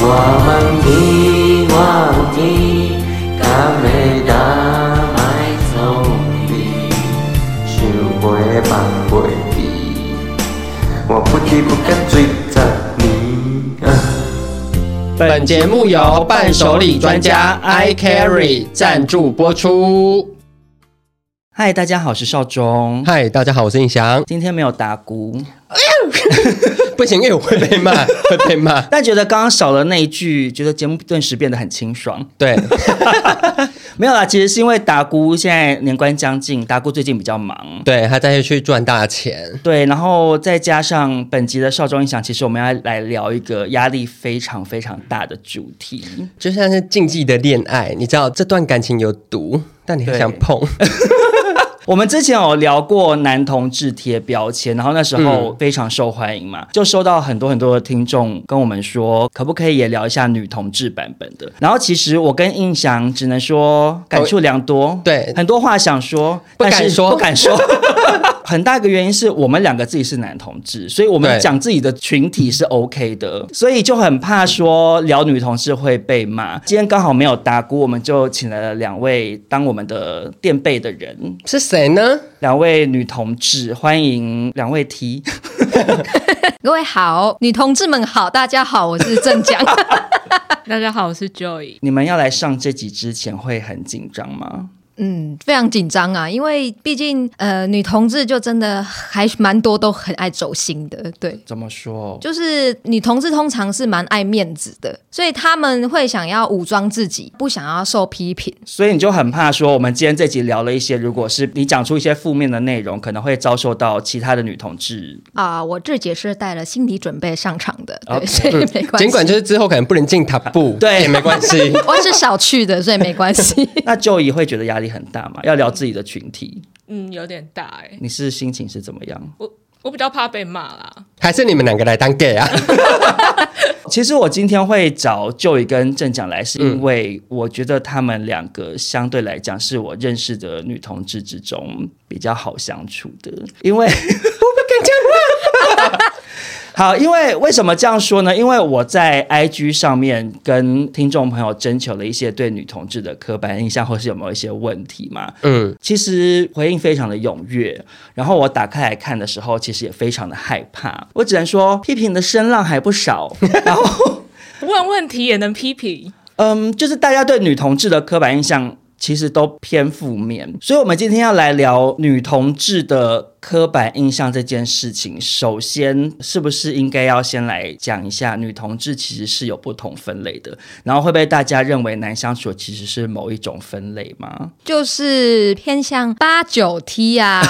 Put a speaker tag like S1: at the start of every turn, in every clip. S1: 왕이 왕이 까메다 마이송리 슈보의 방보이디 我不得不跟追着你。
S2: 本节目由伴手礼专家 i carry 赞助播出。
S3: 嗨，大家好，我是少中。
S2: 嗨，大家好，我是印翔。
S3: 今天没有打鼓，
S2: 不行，因为我会 被 骂，会被骂。
S3: 但觉得刚刚少了那一句，觉得节目顿时变得很清爽。
S2: 对，
S3: 没有啦，其实是因为打鼓现在年关将近，打鼓最近比较忙。
S2: 对，他再去赚大钱。
S3: 对，然后再加上本集的少中印象，其实我们要来聊一个压力非常非常大的主题。
S2: 就像是禁忌的恋爱，你知道这段感情有毒，但你很想碰。
S3: 我们之前有聊过男同志贴标签，然后那时
S2: 嗯
S3: 候非常受欢迎嘛，就收到很多很多的听众跟我们说，可不可以也聊一下女同志版本的？然后其实我跟印象只能说感触良多，
S2: 哦对
S3: 很多话想说，
S2: 不敢
S3: 但是
S2: 说
S3: 不敢 说。很大一个原因是我们两个自己是男同志，所以我
S2: 对
S3: 们讲自己的群体是 OK 的，所以就很怕说聊女同志会被骂。今天刚好没有打鼓，我们就请来了两位当我们的垫背的人，
S2: 是谁呢？
S3: 两位女同志，欢迎两位 T。
S4: 各位好，女同志们好，大家好，我是郑江。
S5: 大家好，我是 Joy。
S3: 你们要来上这集之前会很紧张吗？
S4: 嗯，非常紧张啊，因为毕竟呃，女同志就真的还蛮多都很爱走心的，对。
S3: 怎么说？
S4: 就是女同志通常是蛮爱面子的，所以她们会想要武装自己，不想要受批评。
S3: 所以你就很怕说，我们今天这集聊了一些，如果是你讲出一些负面的内容，可能会遭受到其他的女同志。
S4: 啊、我自己是带了心理准备上场的，对
S3: OK
S4: 所以没关系。
S2: 嗯尽管啊就是之后可能不能进塔布，
S3: 对
S2: 也没关 系。
S4: 我是少去的，所以没 关系。
S3: 那就也会觉得压力很大嘛？要聊自己的群体，
S5: 嗯，有点大哎、
S3: 你是心情是怎么样？
S5: 我我比较怕被骂啦。
S2: 还是你们两个来当 gay 啊？
S3: 其实我今天会找 Joey 跟郑讲来，是因为我觉得他们两个相对来讲是我认识的女同志之中比较好相处的，因为我不敢讲话。好，因为为什么这样说呢？因为我在 IG 上面跟听众朋友征求了一些对女同志的刻板印象，或是有没有一些问题嘛。
S2: 嗯，
S3: 其实回应非常的踊跃，然后我打开来看的时候，其实也非常的害怕。我只能说，批评的声浪还不少。然后，
S5: 问问题也能批评，
S3: 嗯，就是大家对女同志的刻板印象其实都偏负面，所以我们今天要来聊女同志的刻板印象这件事情。首先，是不是应该要先来讲一下女同志其实是有不同分类的，然后会被大家认为难相处其实是某一种分类吗？
S4: 就是偏向八九 T 啊，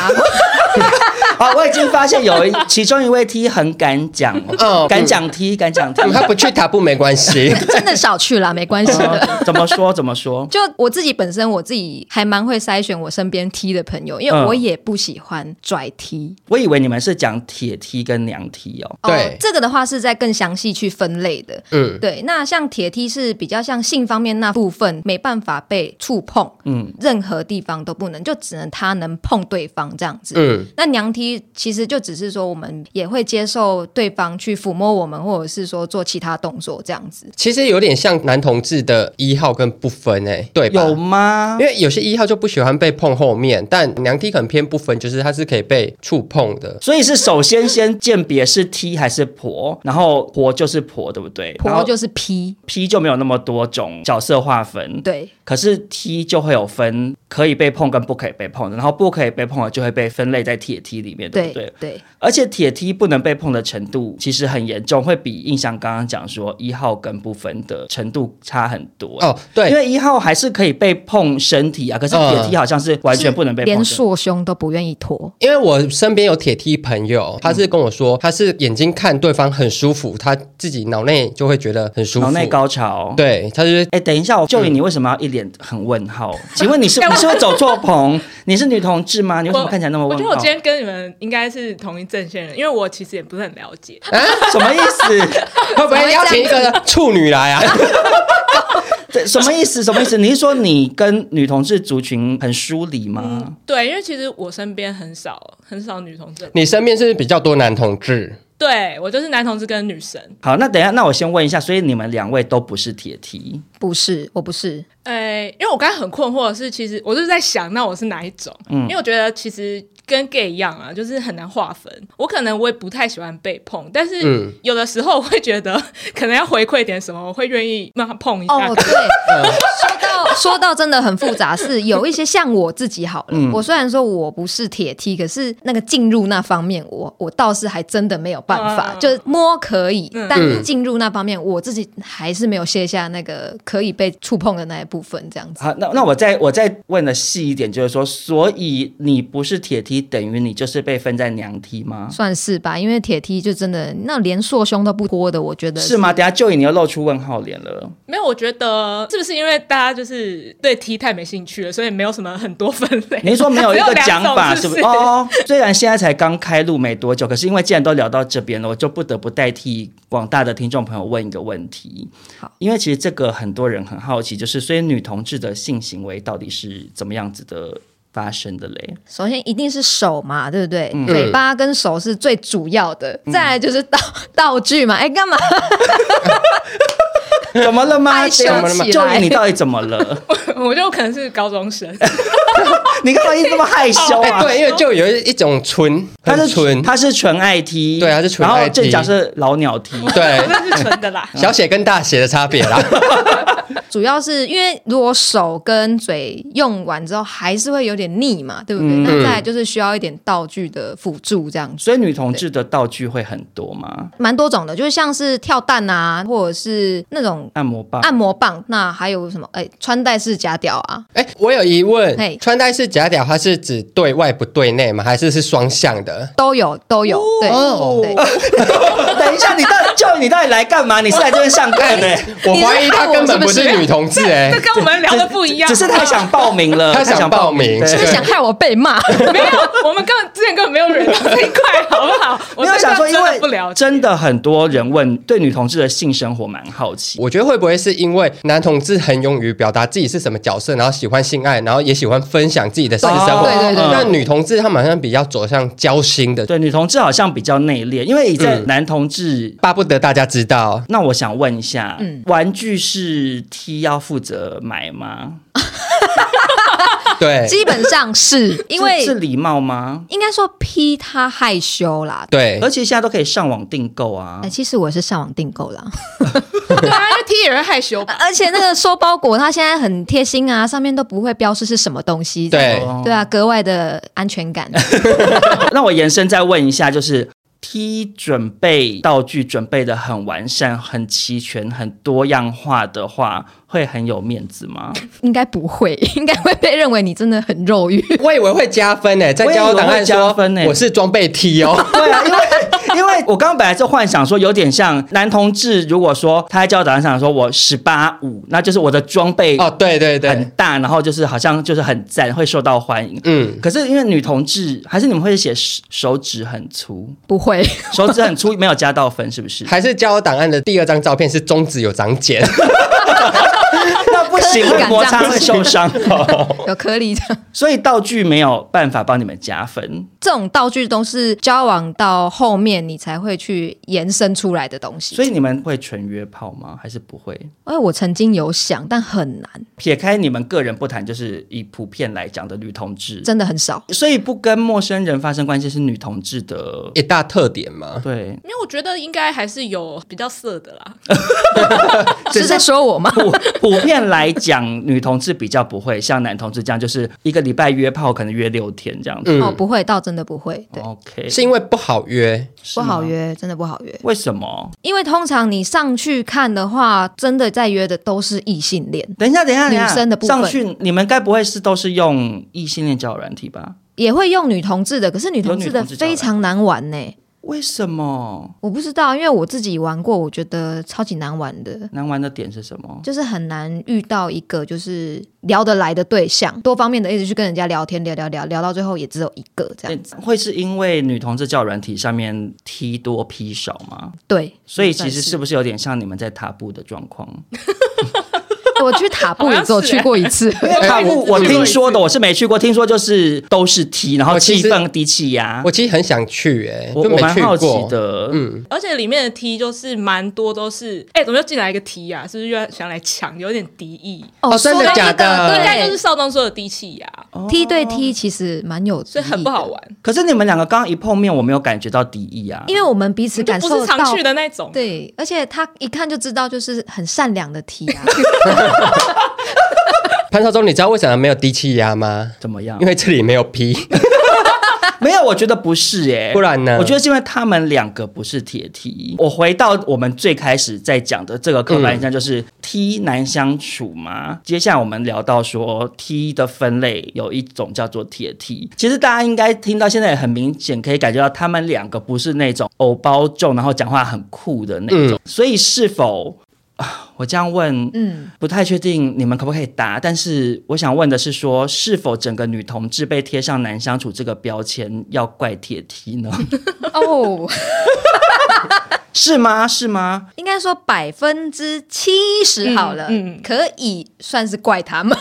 S3: 好，我已经发现有一 其中一位 T 很敢讲
S2: 哦
S3: 哦，敢讲 T，敢讲 T，
S2: 嗯他不去塔布没关 系。
S4: 真的少去啦，没关系
S2: 啊
S4: 的。
S3: 哦怎么说怎么说？
S4: 就我自己本身，我自己还蛮会筛选我身边 T 的朋友，因为
S3: 嗯
S4: 我也不喜欢拽 T。
S3: 我以为你们是讲铁 T 跟娘 T 哦，
S2: 对
S4: 哦，这个的话是在更详细去分类的。
S2: 嗯，
S4: 对，那像铁 T 是比较像性方面那部分没办法被触碰，
S3: 嗯，
S4: 任何地方都不能，就只能他能碰对方这样子。
S2: 嗯，
S4: 那娘 T 其实就只是说我们也会接受对方去抚摸我们，或者是说做其他动作这样子。
S2: 其实有点像男同志的一号跟不分哎、对吧？
S3: 有吗
S2: 因？为有些一号就不喜欢被碰后面，但娘 T 可能偏不分，就是它是可以被触碰的。
S3: 所以是首先先鉴别是 T 还是婆，然后婆就是婆，对不对？然
S4: 婆
S3: 后
S4: 就是 P，
S3: P 就没有那么多种角色划分，。
S4: 对，
S3: 可是 T 就会有分可以被碰跟不可以被碰的，然后不可以被碰的就会被分类在铁 T 里面，对不
S4: 对，
S3: 对？
S4: 对，
S3: 而且铁梯不能被碰的程度其实很严重，会比印象刚刚讲说一号跟不分的程度差很多。
S2: 哦，对嗯
S3: 因，为一号还是可以被碰身体啊，可是铁梯好像是完全不能被碰
S4: 连
S3: 的。
S4: 束胸都不愿意脱。
S2: 因为我身边有铁梯朋
S3: 嗯
S2: 友，他是跟我说，他是眼睛看对方很舒服，他自己脑内就会觉得很舒服。
S3: 脑内高潮。。
S2: 对，他就是
S3: 哎，等一下，就以你为什么要一脸很问号？请问你 是你是会走错棚？你是女同志吗？你为什么看起来那么
S5: 我
S3: 问
S5: 觉
S3: 号？
S5: 得我今天跟你们应该是同一阵线人，因为我其实也不是很了解。
S3: 什么意思？
S2: 会哎不会邀请 一个处女来啊？
S3: 这什么意思？什么意思？你是说你跟女同志族群很疏离吗？
S5: 嗯，对，因为其实我身边很少很少女同志，
S2: 你身边是不是比较多男同志？
S5: 对我就是男同志跟女生。
S3: 好，那等一下，那我先问一下，所以你们两位都不是铁梯，
S4: 不是，我不是，
S5: 呃，因为我刚才很困惑的是，其实我就是在想，那我是哪一种？
S3: 嗯
S5: 因为我觉得其实跟 gay 一样啊，就是很难划分。我可能我也不太喜欢被碰，但
S2: 嗯
S5: 是有的时候我会觉得 可能要回馈点什么，我会愿意让他碰一下。
S4: 哦，对，说到说到真的很复杂，是有一些像我自己好了，我虽然说我不是铁梯，可是那个进入那方面，我我倒是还真的没有办法，
S5: 嗯
S4: 就是摸可以，
S5: 嗯
S4: 但是进入那方面，我自己还是没有卸下那个可以被触碰的那一部分，这样子。
S3: 好，那那我再我再问的细一点，就是说，所以你不是铁梯，等于你就是被分在娘梯吗？
S4: 算是吧，因为铁梯就真的那连硕胸都不脱的，我觉得
S3: 是吗？？等一下就以你又露出问号脸了。
S5: 没有，我觉得是不是因为大家就是对 T 太没兴趣了，所以没有什么很多分类？
S3: 你是说没 有一个讲法
S5: 只
S3: 是不
S5: 有两种是不
S3: 是？
S5: 是？
S3: 哦，虽然现在才刚开录没多久，可是因为既然都聊到这边了，我就不得不代替广大的听众朋友问一个问题。
S4: 好，
S3: 因为其实这个很多人很好奇，就是所以女同志的性行为到底是怎么样子的发生的嘞？
S4: 首先一定是手嘛，对不对？嘴巴跟手是最主要的，再来就是道道具嘛。哎，干嘛？
S3: 怎么了吗？
S4: 害羞
S3: 这样
S4: 怎么了吗
S3: 就以你到底怎么了？
S5: 我就可能是高中生，
S3: 哎你干嘛一直这么害羞啊？
S2: 哦对，因为就有一种纯，
S3: 他
S2: 很
S3: 是
S2: 纯，
S3: 他是纯爱 T，
S2: 对他是纯
S3: 然
S2: 爱
S3: 后正
S2: T
S3: 讲是老鸟 T，
S2: 对，
S5: 那是纯的啦。
S2: 小写跟大写的差别 啦。
S4: 主要是因为如果手跟嘴用完之后，还是会有点腻嘛，对不对？那再来就是需要一点道具的辅助，这样子。
S3: 所以女同志的道具会很多吗？
S4: 蛮多种的，就是像是跳蛋啊，或者是那种
S3: 按摩棒。
S4: 按摩棒，那还有什么？哎，穿戴式假屌啊，
S2: 哎，我有疑
S4: 嘿
S2: 问，穿戴式假屌，它是指对外不对内吗？还是是双向的？
S4: 都有都有。对、对，
S3: 等一下，你到就你到底来干嘛？你是来这边上课的、
S2: 我怀疑他根本不是女同 志哎
S5: 这，跟我们聊的不一样，啊
S3: 只是他想报名了，
S2: 他想报名
S4: 是
S3: 对
S4: 不是想害我被骂？
S5: 没有，我们根本之前根本没有人聊这一块，好不 好？我
S3: 没有
S5: 对
S3: 想
S5: 这
S3: 说，因
S5: 真的不了
S3: 为
S5: 解。
S3: 真的很多人问对女同志的性生活蛮好奇，
S2: 我觉得会不会是因为男同志很勇于表达自己是什么角色，然后喜欢性爱，然后也喜欢分享自己的性生活？
S3: 对
S4: 对对
S2: 那女同志她们好像比较走向交心的，
S3: 对女同志好像比较内敛，因为以在
S2: 嗯
S3: 男同志。
S2: 巴不得大家知道。
S3: 那我想问一下，
S4: 嗯
S3: 玩具是 T 要负责买吗？
S2: 对
S4: 基本上是因为
S3: 是是礼貌吗？
S4: 应该说 P 他害羞啦。
S2: 对
S3: 而且现在都可以上网订购啊
S4: 哎、。其实我是上网订购啦，
S5: 对啊，因为 T 也会害羞吧。
S4: 而且那个收包裹他现在很贴心啊，上面都不会标示是什么东西。
S2: 对，
S3: 哦
S4: 对啊，格外的安全感。
S3: 那我延伸再问一下，就是 T 准备道具准备的很完善、很齐全、很多样化的话，会很有面子吗？
S4: 应该不会， 应该会被认为你真的很肉欲。
S2: 我以为会加分欸呢，在
S3: 我以为
S2: 交友档
S3: 会
S2: 案
S3: 加
S2: 说
S3: 分欸
S2: 我是装备 T 哦。
S3: 对啊，因为因 为我刚刚本来就幻想说，有点像男同志，如果说他在交友档案上说我十八五，那就是我的装备
S2: 哦，对对
S3: 很
S2: 对，
S3: 大，然后就是好像就是很赞，会受到欢迎。
S2: 嗯，
S3: 可是因为女同志，还是你们会写手手指很粗，
S4: 不会，
S3: 手指很粗没有加到分，是不是？
S2: 还是交友档案的第二张照片是中指有长茧，
S3: 那不行，
S4: 科技
S3: 会
S4: 感
S3: 摩擦
S4: 障碍
S3: 会受伤。哦
S4: 有颗粒的。
S3: 所以道具没有办法帮你们加分，
S4: 这种道具都是交往到后面你才会去延伸出来的东西。
S3: 所以你们会纯约炮吗？还是不会？
S4: 哎，我曾经有想，但很难，
S3: 撇开你们个人不谈，就是以普遍来讲的女同志，
S4: 真的很少。
S3: 所以不跟陌生人发生关系是女同志 的。
S2: 一大特点嘛。
S3: 对，
S5: 因为我觉得应该还是有比较色的啦，
S4: 是在说我吗？
S3: 普普遍来讲，女同志比较不会像男同志这样，就是一个礼拜约炮可能约六天这样子。
S4: 哦，
S2: 嗯，
S4: 不会，倒真的不会。对，
S3: OK，
S2: 是因为不好约，
S3: 哦是
S4: 不
S3: 吗
S4: 好。约，真的不好约。
S3: 为什么？
S4: 因为通常你上去看的话，真的在约的都是异性恋，
S3: 等一下，等一下，等一下
S4: 女生的部分
S3: 上去，你们该不会是都是用异性恋交友软体吧？
S4: 也会用女同志的，可是女同志
S3: 有
S4: 的
S3: 女同志交友
S4: 非常难玩呢、
S3: 为什么
S4: 我不知道，因为我自己玩过，我觉得超级难玩的，
S3: 难玩的点是什么？
S4: 就是很难遇到一个就是聊得来的对象，多方面的一直去跟人家聊天，聊聊聊聊到最后也只有一个这样子。
S3: 会是因为女同志交友软体上面 T 多 P 少吗？
S4: 对，
S3: 所以
S4: 算
S3: 其实是不是有点像你们在踏步的状况？
S4: 我去塔布也只有去过一 次，
S3: 因为卡布我听说的，我是没去过，听说就是都是 T，然后
S2: 我其
S3: 气
S2: 实
S3: 氛低气压
S2: 我。其实很想去、欸，
S3: 啊我
S2: 就
S3: 我
S2: 没
S3: 蛮
S2: 去
S3: 好奇
S2: 过。
S3: 的，
S2: 嗯，
S5: 而且里面的 T 就是蛮多都是，哎、怎么又进来一个 T 啊？是不是又要想来抢？有点敌意。
S4: 哦
S2: 真的
S4: 说到
S2: 假
S4: 这个
S2: 的
S5: 应该
S4: 对，
S5: 就是少东说的低气压，
S4: T 对 T 其实蛮有，
S5: 所以很不好。
S4: 啊
S5: 玩，
S3: 可是你们两个刚刚一碰面，我没有感觉到敌意啊，
S4: 因为我们彼此
S5: 就
S4: 感
S5: 不
S4: 受
S5: 是常
S4: 到
S5: 去，的那种。
S4: 对，而且他一看就知道就是很善良的 T 啊，
S2: 潘少忠，你知道为什么没有低气压吗？
S3: 怎么
S5: 啊
S3: 样
S2: 因？为这里没有 P，
S3: 没有，我觉得不是耶、
S2: 不然呢
S3: 我觉得是因为他们两个不是铁梯。我回到我们最开始在讲的这个刻板印象，就是 T 难相处嘛。接下来我们聊到说 T 的分类有一种叫做铁梯，其实大家应该听到现在也很明显，可以感觉到他们两个不是那种偶包重，然后讲话很酷的那
S2: 嗯
S3: 种。所以是否啊我这样问，
S4: 嗯，
S3: 不太确定你们可不可以答，但是我想问的是说，是否整个女同志被贴上难相处这个标签，要怪铁梯呢？
S4: 哦，
S3: 是吗？是吗？
S4: 应该说百分之七十好了，
S5: 嗯嗯
S4: 可以算是怪他们。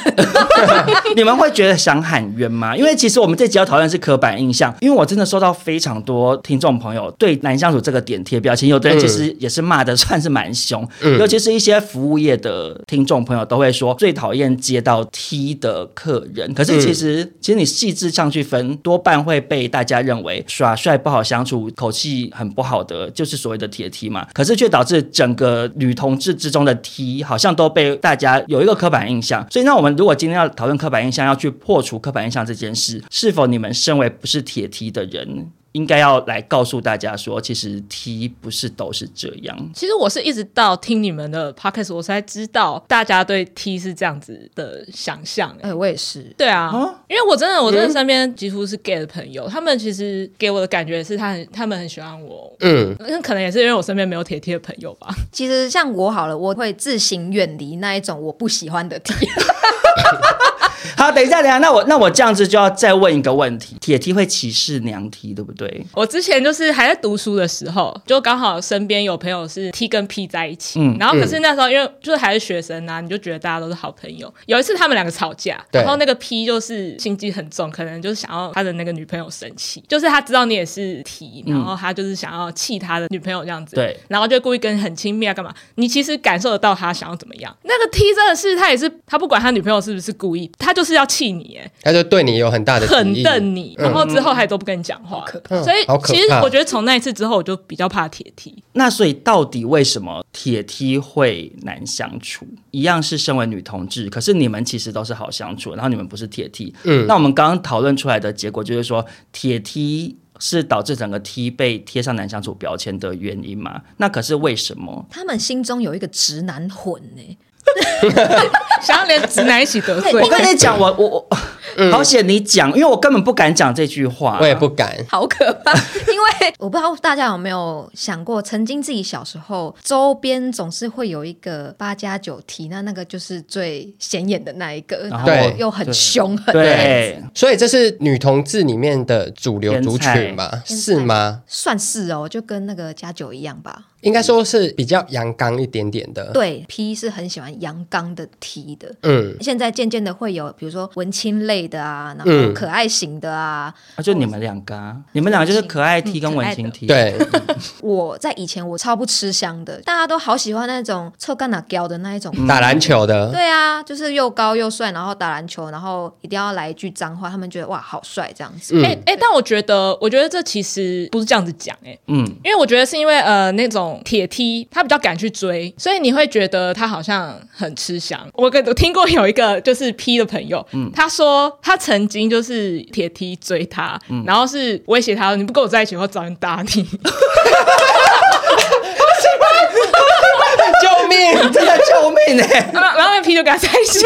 S3: 你们会觉得想喊冤吗？因为其实我们这集要讨论的是刻板印象，因为我真的收到非常多听众朋友对难相处这个点贴标签，有的人其实也是骂的算是蛮凶，尤其是一些服务业的听众朋友都会说最讨厌接到 T 的客人，可是其实、其实你细致上去分，多半会被大家认为耍帅不好相处、口气很不好的，就是所谓的铁 T 嘛。可是却导致整个女同志之中的 T 好像都被大家有一个刻板印象。所以，那我们如果今天要讨论刻板印象，要去破除刻板印象这件事，是否你们身为不是铁 T 的人？应该要来告诉大家说，其实 T 不是都是这样。
S5: 其实我是一直到听你们的 podcast，我才知道大家对 T 是这样子的想象、欸
S4: 哎、我也是，
S5: 对啊，
S3: 哦
S5: 因为我真的，我真的身边几乎是 gay 的朋友，他们其实给我的感觉是他很，他们很喜欢我，
S2: 嗯，
S5: 那可能也是因为我身边没有铁 T 的朋友吧。
S4: 其实像我好了，我会自行远离那一种我不喜欢的 T。
S3: 好，等一下，等一下，那我那我这样子就要再问一个问题：铁 T 会歧视娘 T，对不对？
S5: 我之前就是还在读书的时候，就刚好身边有朋友是 T 跟 P 在一起，
S3: 嗯
S5: 然后可是那时候因为就是还是学生啊，你就觉得大家都是好朋友。有一次他们两个吵架，
S2: 对
S5: 然后那个 P 就是心机很重，可能就是想要他的那个女朋友生气，就是他知道你也是 T，然后他就是想要气他的女朋友这样子，
S3: 嗯对
S5: 然后就故意跟你很亲密啊干嘛？你其实感受得到他想要怎么样。那个 T 真的是他也是他不管他女朋友是不是故意，他就是要气你哎、
S2: 他就对你有很大的
S5: 很
S2: 敌意
S5: 瞪你，然后之后还都不跟你讲话，
S2: 怕
S5: 所以
S2: 好可
S5: 其实
S2: 怕
S5: 我觉得从那一次之后，我就比较怕铁 梯。
S3: 那所以到底为什么铁梯会难相处？一样是身为女同志，可是你们其实都是好相处，然后你们不是铁梯。嗯，那我们刚刚讨论出来的结果就是说，铁梯是导致整个 T 被贴上难相处标签的原因嘛？那可是为什么？
S4: 他们心中有一个直男魂欸呢、
S5: 想要连直男一起得罪
S3: 我。跟你讲，我我我、好险你讲，因为我根本不敢讲这句话。
S2: 嗯我也不敢。
S4: 好可怕！ 因为我不知道大家有没有想过，曾经自己小时候周边总是会有一个八加九 T，那那个就是最显眼的那一个，然
S3: 然
S4: 后
S3: 后
S2: 对
S4: 又很凶狠的样子，
S3: 对，
S2: 所以这是女同志里面的主流族群嘛？
S4: 菜
S2: 是吗？
S4: 算是哦，就跟那个加九一样吧。
S2: 应该说是比较阳刚一点点的。，
S4: 对，P 是很喜欢阳刚的 T 的。
S2: 嗯，
S4: 现在渐渐的会有，比如说文青类的啊，然后
S2: 嗯
S4: 可爱型的啊。
S3: 啊就你们两个、啊，你们两个就是可爱 T 跟文青 T。，
S2: 对，
S4: 我在以前我超不吃香的，大家都好喜欢那种臭干哪胶的那一种
S2: 嗯
S5: 嗯
S2: 打篮球的，
S4: 对啊，就是又高又帅，然后打篮球，然后一定要来一句脏话，他们觉得哇好帅这样子。
S2: 嗯
S5: 哎哎、但我觉得，我觉得这其实不是这样子讲哎、
S3: 嗯，
S5: 因为我觉得是因为呃那种铁梯他比较敢去追，所以你会觉得他好像很吃香。我跟我听过有一个就是 P 的朋友，
S2: 嗯
S5: 他说他曾经就是铁梯追他，
S2: 嗯
S5: 然后是威胁他你不跟我在一起，我要找人打你。
S2: 救命！
S3: 真的救命哎、
S5: 然后然后那 P 就跟他在一起。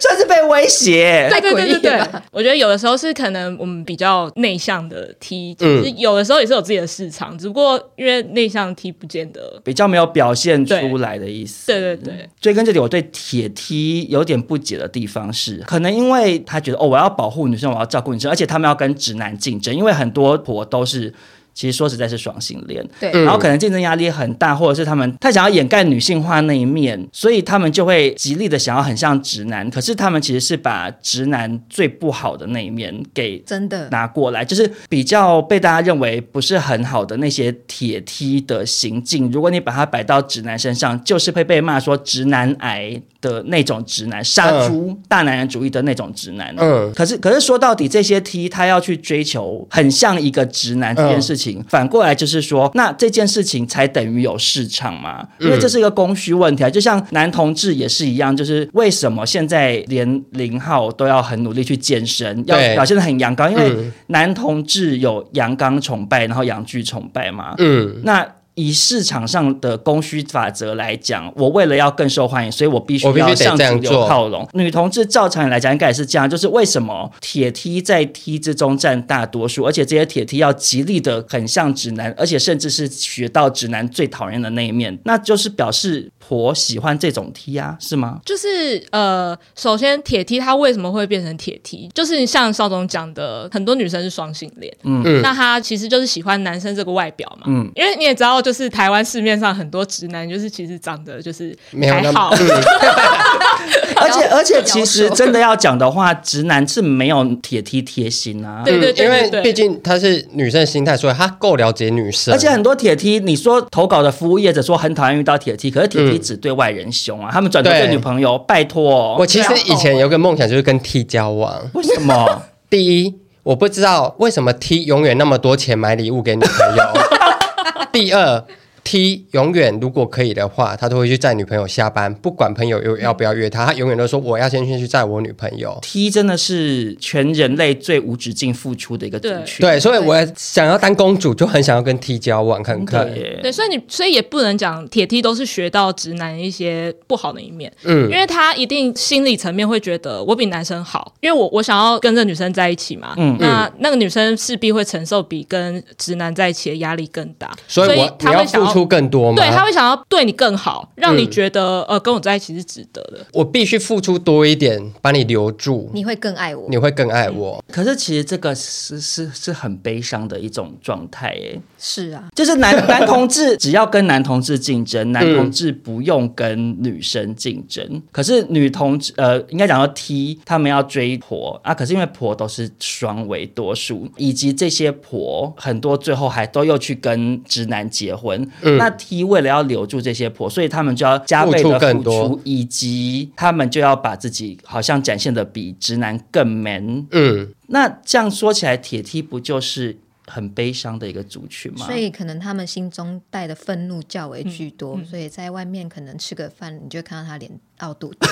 S3: 算是被威胁。
S5: 对对
S4: 诡异
S5: 对对对
S4: 了吧，
S5: 我觉得有的时候是可能我们比较内向的 T，就是
S2: 嗯
S5: 有的时候也是有自己的市场，只不过因为内向 T 不见得。
S3: 比较没有表现出来的意思。
S5: 对对
S2: 嗯
S5: 对，
S3: 追根这里，我对铁梯有点不解的地方是，可能因为他觉得哦，我要保护女生，我要照顾女生，而且他们要跟直男竞争，因为很多婆都是其实说实在是双性恋。
S4: 对，
S2: 嗯
S3: 然后可能竞争压力很大，或者是他们太想要掩盖女性化那一面，所以他们就会极力的想要很像直男，可是他们其实是把直男最不好的那一面给
S4: 真的，
S3: 拿过来，就是比较被大家认为不是很好的那些铁梯的行径。如果你把它摆到直男身上，就是会被骂说直男癌的那种直男，杀猪、大男人主义的那种直男。
S2: 嗯
S3: 可是，可是说到底，这些 T 他要去追求很像一个直男这件事情，
S2: 嗯
S3: 反过来就是说，那这件事情才等于有市场嘛？
S2: 嗯
S3: 因为这是一个供需问题啊，就像男同志也是一样，就是为什么现在连零号都要很努力去健身，要
S2: 对
S3: 表现的很阳刚，因为
S2: 嗯
S3: 男同志有阳刚崇拜，然后阳具崇拜嘛。
S2: 嗯，
S3: 那以市场上的供需法则来讲，我为了要更受欢迎，所以我必须
S2: 我必须
S3: 要
S2: 得
S3: 向
S2: 这样
S3: 主流
S2: 做
S3: 靠拢。女同志照常来讲应该也是这样，就是为什么铁梯在梯之中占大多数，而且这些铁梯要极力的很像直男，而且甚至是学到直男最讨厌的那一面，那就是表示婆喜欢这种梯啊，是 吗？
S5: 就是呃，首先铁梯它为什么会变成铁梯？就是像邵总讲的，很多女生是双性恋，嗯，那她其实就是喜欢男生这个外表嘛，嗯，因为你也知道，就是台湾市面上很多直男，就是其实长得就是
S2: 没有
S5: 还
S2: 那么
S5: 好，
S3: 而且而且，其实
S4: 摇手
S3: 真的要讲的话，直男是没有铁梯贴心啊。
S5: 对对对
S2: 嗯因为
S5: 对对
S2: 毕竟她是女生的心态，所以她够了解女生，
S3: 而且很多铁梯，你说投稿的服务业者说很讨厌遇到铁梯，可是铁梯只对外人凶啊，他们转头对
S2: 嗯对
S3: 女朋友，拜托、
S2: 我其实
S5: 啊
S2: 以前有个梦想，就是跟 T 交往。
S3: 为什么？
S2: 第一，我不知道为什么 T 永远那么多钱买礼物给女朋友。 第二，T 永远如果可以的话，他都会去载女朋友下班，不管朋友有要不要约
S5: 嗯
S2: 他，他永远都说我要先先去载我女朋友。
S3: T 真的是全人类最无止境付出的一个族群，
S2: 对，所以我想要当公主，就很想要跟 T 交往看看。
S3: 耶，
S5: 对，所以你所以也不能讲铁梯都是学到直男一些不好的一面，
S2: 嗯
S5: 嗯，因为他一定心理层面会觉得我比男生好，因为我我想要跟这女生在一起嘛，
S3: 嗯
S5: 嗯，那那个女生势必会承受比跟直男在一起的压力更大，
S2: 所以我
S5: 他
S2: 你要
S5: 会想
S2: 付出更多吗？
S5: 对，他会想要对你更好，让你
S2: 嗯
S5: 觉得、呃跟我在一起是值得的。
S2: 我必须付出多一点，把你留住，
S4: 你会更爱我
S2: 你。会更爱我。
S3: 可是其实这个是是是很悲伤的一种状态耶，
S4: 是啊，
S3: 就是 男男同志只要跟男同志竞
S2: 嗯
S3: 争，男同志不用跟女生竞争。可是女同志呃，应该讲到 T，他们要追婆啊，可是因为婆都是双为多数，以及这些婆很多最后还都又去跟直男结婚。那 T 为了要留住这些婆，所以他们就要加倍
S2: 嗯付出
S3: 的
S2: 更
S3: 付
S2: 多
S3: 出，以及他们就要把自己好像展现的比直男更 man。
S2: 嗯，
S3: 那这样说起来，铁 T 不就是很悲伤的一个族群吗？
S4: 所以可能他们心中带的愤怒较为居多，
S2: 嗯
S4: 所以在外面可能吃个饭，你就会看到他脸凹肚子。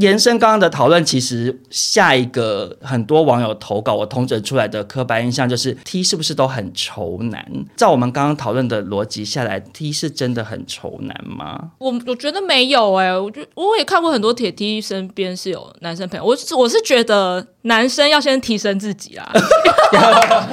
S3: 延伸刚刚的讨论，其实下一个很多网友投稿，我统整出来的刻板印象就是 T 是不是都很仇男？照我们刚刚讨论的逻辑下来，T 是真的很仇男吗？
S5: 我我觉得没有哎、我觉我也看过很多铁梯身边是有男生朋友，我是我是觉得男生要先提升自己 啦，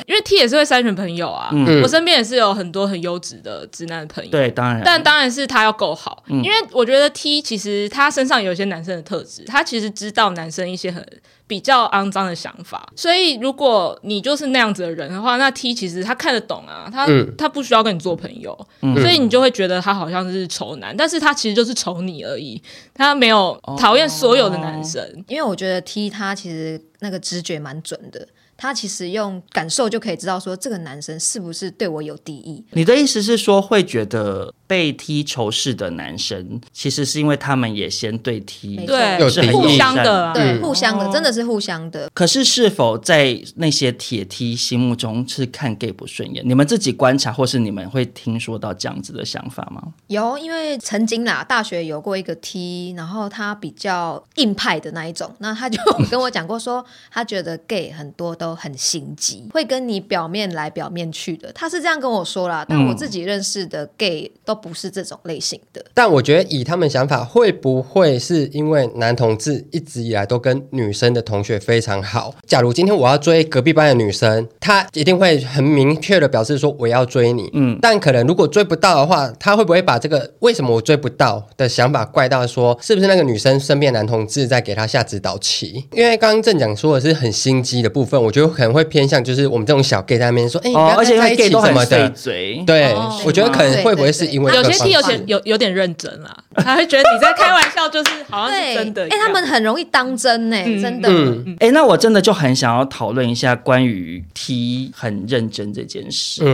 S5: 因为 T 也是会筛选朋友啊，我身边也是有很多很优质的直男朋友，
S3: 对，当然。
S5: 但当然是他要够好，因为我觉得 T 其实他身上有一些男生的特质，他其实知道男生一些很比较肮脏的想法，所以如果你就是那样子的人的话，那 T 其实他看得懂啊，他、
S2: 嗯
S5: 他不需要跟你做朋友，所以你就会觉得他好像是仇男，但是他其实就是仇你而已，他没有讨厌所有的男生，
S4: 因为我觉得 T 他其实那个直觉蛮准的，他其实用感受就可以知道说这个男生是不是对我有敌意。
S3: 你的意思是说，会觉得被 T 仇视的男生，其实是因为他们也先对 T
S4: 没错
S2: 有
S3: 是
S5: 对，
S3: 很
S5: 互
S3: 友
S5: 相
S3: 善
S5: 的、啊，
S4: 对，互相的，真的是互相的。
S3: 可是，是否在那些铁梯心目中是看 gay 不顺眼？你们自己观察，或是你们会听说到这样子的想法吗？
S4: 有，因为曾经啦，大学有过一个 T，然后他比较硬派的那一种，那他就跟我讲过说， 他觉得 gay 很多都很心机，
S3: 嗯
S4: 会跟你表面来表面去的，他是这样跟我说啦。但我自己认识的 gay 都不是这种类型的。
S2: 但我觉得以他们想法，会不会是因为男同志一直以来都跟女生的同学非常好？假如今天我要追隔壁班的女生，她一定会很明确的表示说我要追你。嗯，但可能如果追不到的话，他会不会把这个为什么我追不到的想法怪到说是不是那个女生身边男同志在给她下指导棋？因为刚刚正讲说的是很心机的部分，我觉得可能会偏向就是我们这种小 gay 在那边说，哎、你不
S3: 哦，
S2: 要
S3: 而且
S2: 跟
S3: 因
S2: 他在
S3: 为
S2: 一
S3: gay
S2: 起
S3: 都
S2: 什
S3: 很
S2: 么
S3: 碎
S2: 的。
S3: 嘴，
S2: 对，
S5: 哦
S2: 我觉得可能会不会是因为
S4: 对
S2: 这
S5: 有
S2: 个
S5: 些
S2: 方
S5: T
S2: 式
S5: 有点有有点认真啦，他会觉得你在开玩笑，就是好像是真的一
S4: 哎、
S5: 样。
S4: 他们很容易当真呢、
S5: 嗯
S4: 真的。
S2: 嗯
S3: 哎、那我真的就很想要讨论一下关于 T 很认真这件事、欸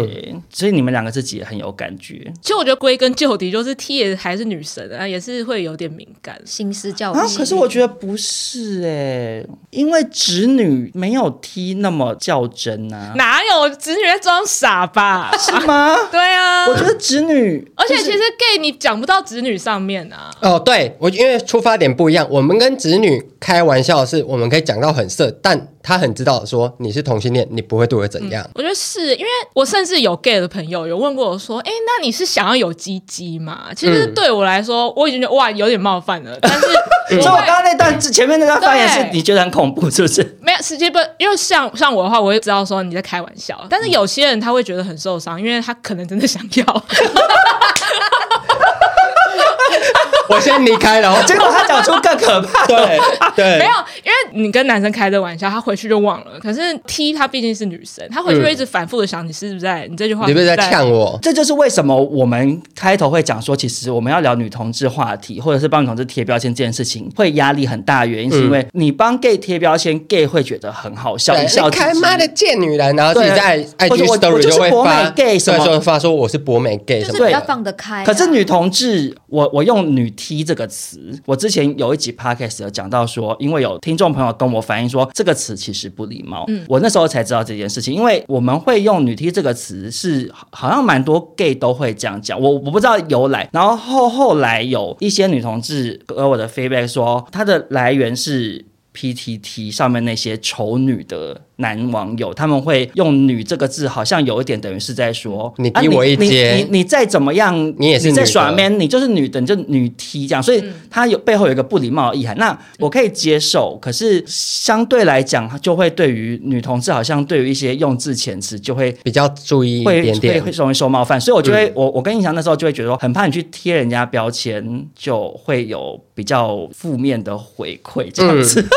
S3: 所以你们两个自己也很有感觉。
S5: 其实我觉得归根究底，就是 T 也还是女神啊，也是会有点敏感。
S4: 心思教育、
S3: 啊，可是我觉得不是哎、因为直女没有 T 那么较真啊，
S5: 哪有直女在装傻 吧？
S3: 是吗？
S5: 对啊，
S3: 我觉得直女，
S5: 而且其实 gay 你讲不到直女上面啊。
S2: 哦，对我因为出发点不一样，我们跟子女开玩笑是，我们可以讲到很色，但他很知道说你是同性恋，你不会对我怎
S3: 嗯
S2: 样。
S5: 我觉得是因为我甚至有 gay 的朋友有问过我说：“哎、那你是想要有鸡鸡吗？”其实
S2: 嗯
S5: 对我来说，我已经觉得哇有点冒犯了， 但是
S3: 所
S2: 嗯
S3: 以
S5: 我
S3: 我
S5: 会
S3: 刚刚那段前面那段发言是
S5: 嗯对
S3: 你觉得很恐怖，是不 是？
S5: 没有实际不，因为像像我的话，我会知道说你在开玩笑，但是
S2: 嗯
S5: 有些人他会觉得很受伤，因为他可能真的想 要。
S2: 我先离 开了哦，
S3: 结果他讲出更可怕的。
S2: 对对，
S5: 没有，因为你跟男生开的玩笑，他回去就忘了。可是 T 他毕竟是女生，他回去会一直反复的想，你是不是在你这句话
S2: 嗯你不是在
S5: 在
S2: 呛我？
S3: 这就是为什么我们开头会讲说，其实我们要聊女同志话题，或者是帮女同志贴标签这件事情，会压力很大。原因是因为你帮 gay 贴标签，gay 会觉得很好笑，
S2: 对
S3: 一笑
S2: 你
S3: 置
S2: 开
S3: 之
S2: 妈的贱女人，然后自己
S3: 对
S2: 在
S3: 或者
S2: IG
S3: 我我
S2: story
S3: 就是
S2: 会
S3: 博美
S2: 发，
S3: gay
S2: 对，
S3: 什么
S2: 就发说我是博美 gay 什
S4: 就
S2: 么
S4: 是
S2: 的。
S4: 比
S3: 对
S4: 较放得开啊、
S3: 可是女同志，我我用“女 T” 这个词，我之前有一集 podcast 有讲到说，因为有听众朋友跟我反映说这个词其实不礼貌，我那时候才知道这件事情，因为我们会用“女 T” 这个词是好像蛮多 gay 都会这样讲，我我不知道由来，然后后后来有一些女同志给我的 feedback 说，它的来源是 PTT 上面那些丑女的男网友，他们会用“女”这个字，好像有一点等于是在说
S2: 你
S3: 啊
S2: 低我一
S3: 你
S2: 阶
S3: 你你你再怎么样，
S2: 你也是
S3: 你在
S2: 女的嗯
S3: 耍 man，你就是女的，你就女 T 这样，所以它有背后有一个不礼貌的意涵。那我可以接受，可是相对来讲，它就会对于女同志，好像对于一些用字遣词就会。
S2: 比较注意一
S3: 会
S2: 点
S3: 会
S2: 点嗯
S3: 会，容易受冒犯，所以我就会、我我跟印象那时候就会觉得说，很怕你去贴人家标签，就会有比较负面的回馈这样
S2: 嗯
S3: 子。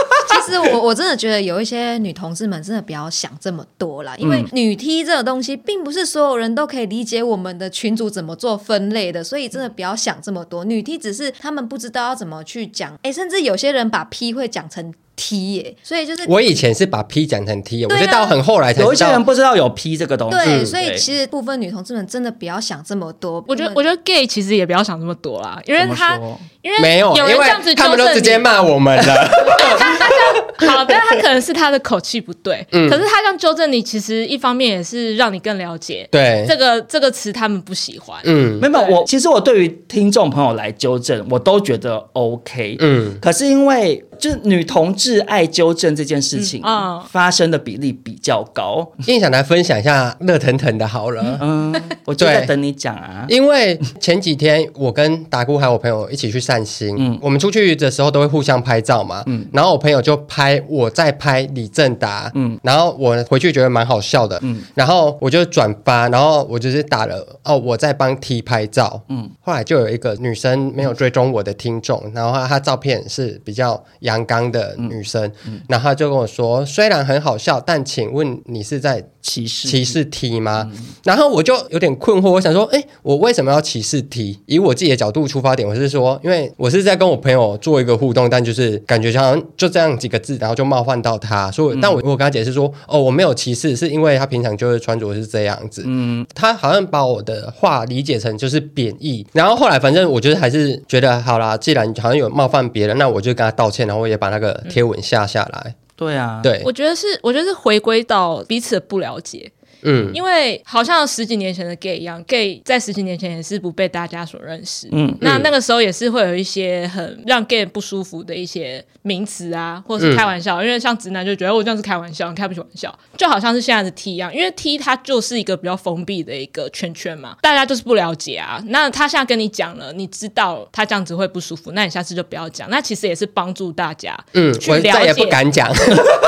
S4: 其实我我真的觉得有一些女同志们真的不要想这么多啦，因为女 T 这个东西并不是所有人都可以理解我们的群主怎么做分类的，所以真的不要想这么多。女 T 只是他们不知道要怎么去讲，哎，甚至有些人把 P 会讲成 T 耶，所以就是
S2: 我以前是把 P 讲成 T，我
S4: 对啊
S2: 是到很后来才
S3: 有一
S2: 知
S3: 些人
S2: 道。
S3: 不知道有 P 这个东西，
S2: 嗯
S4: 对，所以其实部分女同志们真的不要想这么多。
S5: 我觉得，
S4: 他们
S5: 我觉得 gay 其实也不要想这么多啦，因为
S3: 嗯怎么
S5: 他
S3: 说
S5: 因为
S2: 没有，
S5: 有人
S2: 因
S5: 这样子
S2: 为他们
S5: 纠
S2: 都
S5: 正
S2: 直接
S5: 你
S2: 骂我们 了。
S5: 好，但他可能是他的口气不对，
S2: 嗯
S5: 可是他这样纠正你，其实一方面也是让你更了解
S2: 对
S5: 这，个这个词他们不喜欢。
S2: 嗯
S3: 没有，没有
S5: 对
S3: 我其实我对于听众朋友来纠正，我都觉得 OK。
S2: 嗯，
S3: 可是因为就是女同志爱纠正这件事情，
S5: 嗯嗯
S3: 发生的比例比较高。
S2: 印象来分享一下热腾腾的好了。
S3: 嗯， 我就在
S2: 对
S3: 等你讲啊。
S2: 因为前几天我跟达姑还有我朋友一起去散心，我们出去的时候都会互相拍照嘛，然后我朋友就拍我在拍李正达，然后我回去觉得蛮好笑的，然后我就转发，然后我就是打了哦我在帮 T 拍照，后来就有一个女生没有追踪我的听众，然后她她照片是比较阳刚的女生，然后她就跟我说，虽然很好笑，但请问你是在
S3: 歧视
S2: 歧视 T
S5: 嗯
S2: 吗？然后我就有点困惑，我想说，哎，我为什么要歧视 T？以我自己的角度出发点，我是说，因为我是在跟我朋友做一个互动，但就是感觉好像就这样几个字，然后就冒犯到他，所
S5: 嗯
S2: 以、但我我跟他解释说，哦，我没有歧视，是因为他平常就是穿着是这样子，
S5: 嗯
S2: 他好像把我的话理解成就是贬义，然后后来反正我觉得还是觉得好啦，既然好像有冒犯别人，那我就跟他道歉，然后我也把那个贴文下下来。
S3: 对啊，，
S5: 嗯
S2: 对
S5: 我，觉得是，我觉得是回归到彼此的不了解。
S2: 嗯，
S5: 因为好像十几年前的 gay 一样，gay 在十几年前也是不被大家所认识。
S3: 嗯
S5: 嗯，那那个时候也是会有一些很让 gay 不舒服的一些名词啊，或
S2: 嗯
S5: 是开玩笑，因为像直男就觉得哦我这样是开玩笑，你开不起玩笑，就好像是现在的 T 一样，因为 T 它就是一个比较封闭的一个圈圈嘛，大家就是不了解啊。那他现在跟你讲了，你知道他这样子会不舒服，那你下次就不要讲。那其实也是帮助大家，
S2: 嗯，
S5: 去
S2: 我
S5: 了
S2: 再也不
S5: 解
S2: 敢嗯讲。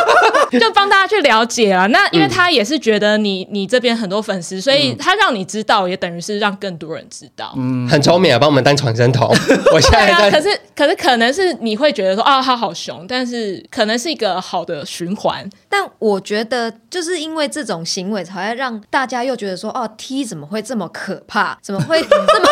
S5: 就帮大家去了解啊。那因为他也是觉得你你这边很多粉丝，所以
S2: 嗯
S5: 他让你知道，也等于是让更多人知道。
S2: 很聪明啊，帮我们当传声筒。我现
S5: 对啊，
S2: 在
S5: 可
S2: 在，
S5: 是可是可能是你会觉得说啊，他好凶，但是可能是一个好的循环。
S4: 但我觉得，就是因为这种行为，才会让大家又觉得说，哦，T 怎么会这么可怕？怎么 会这么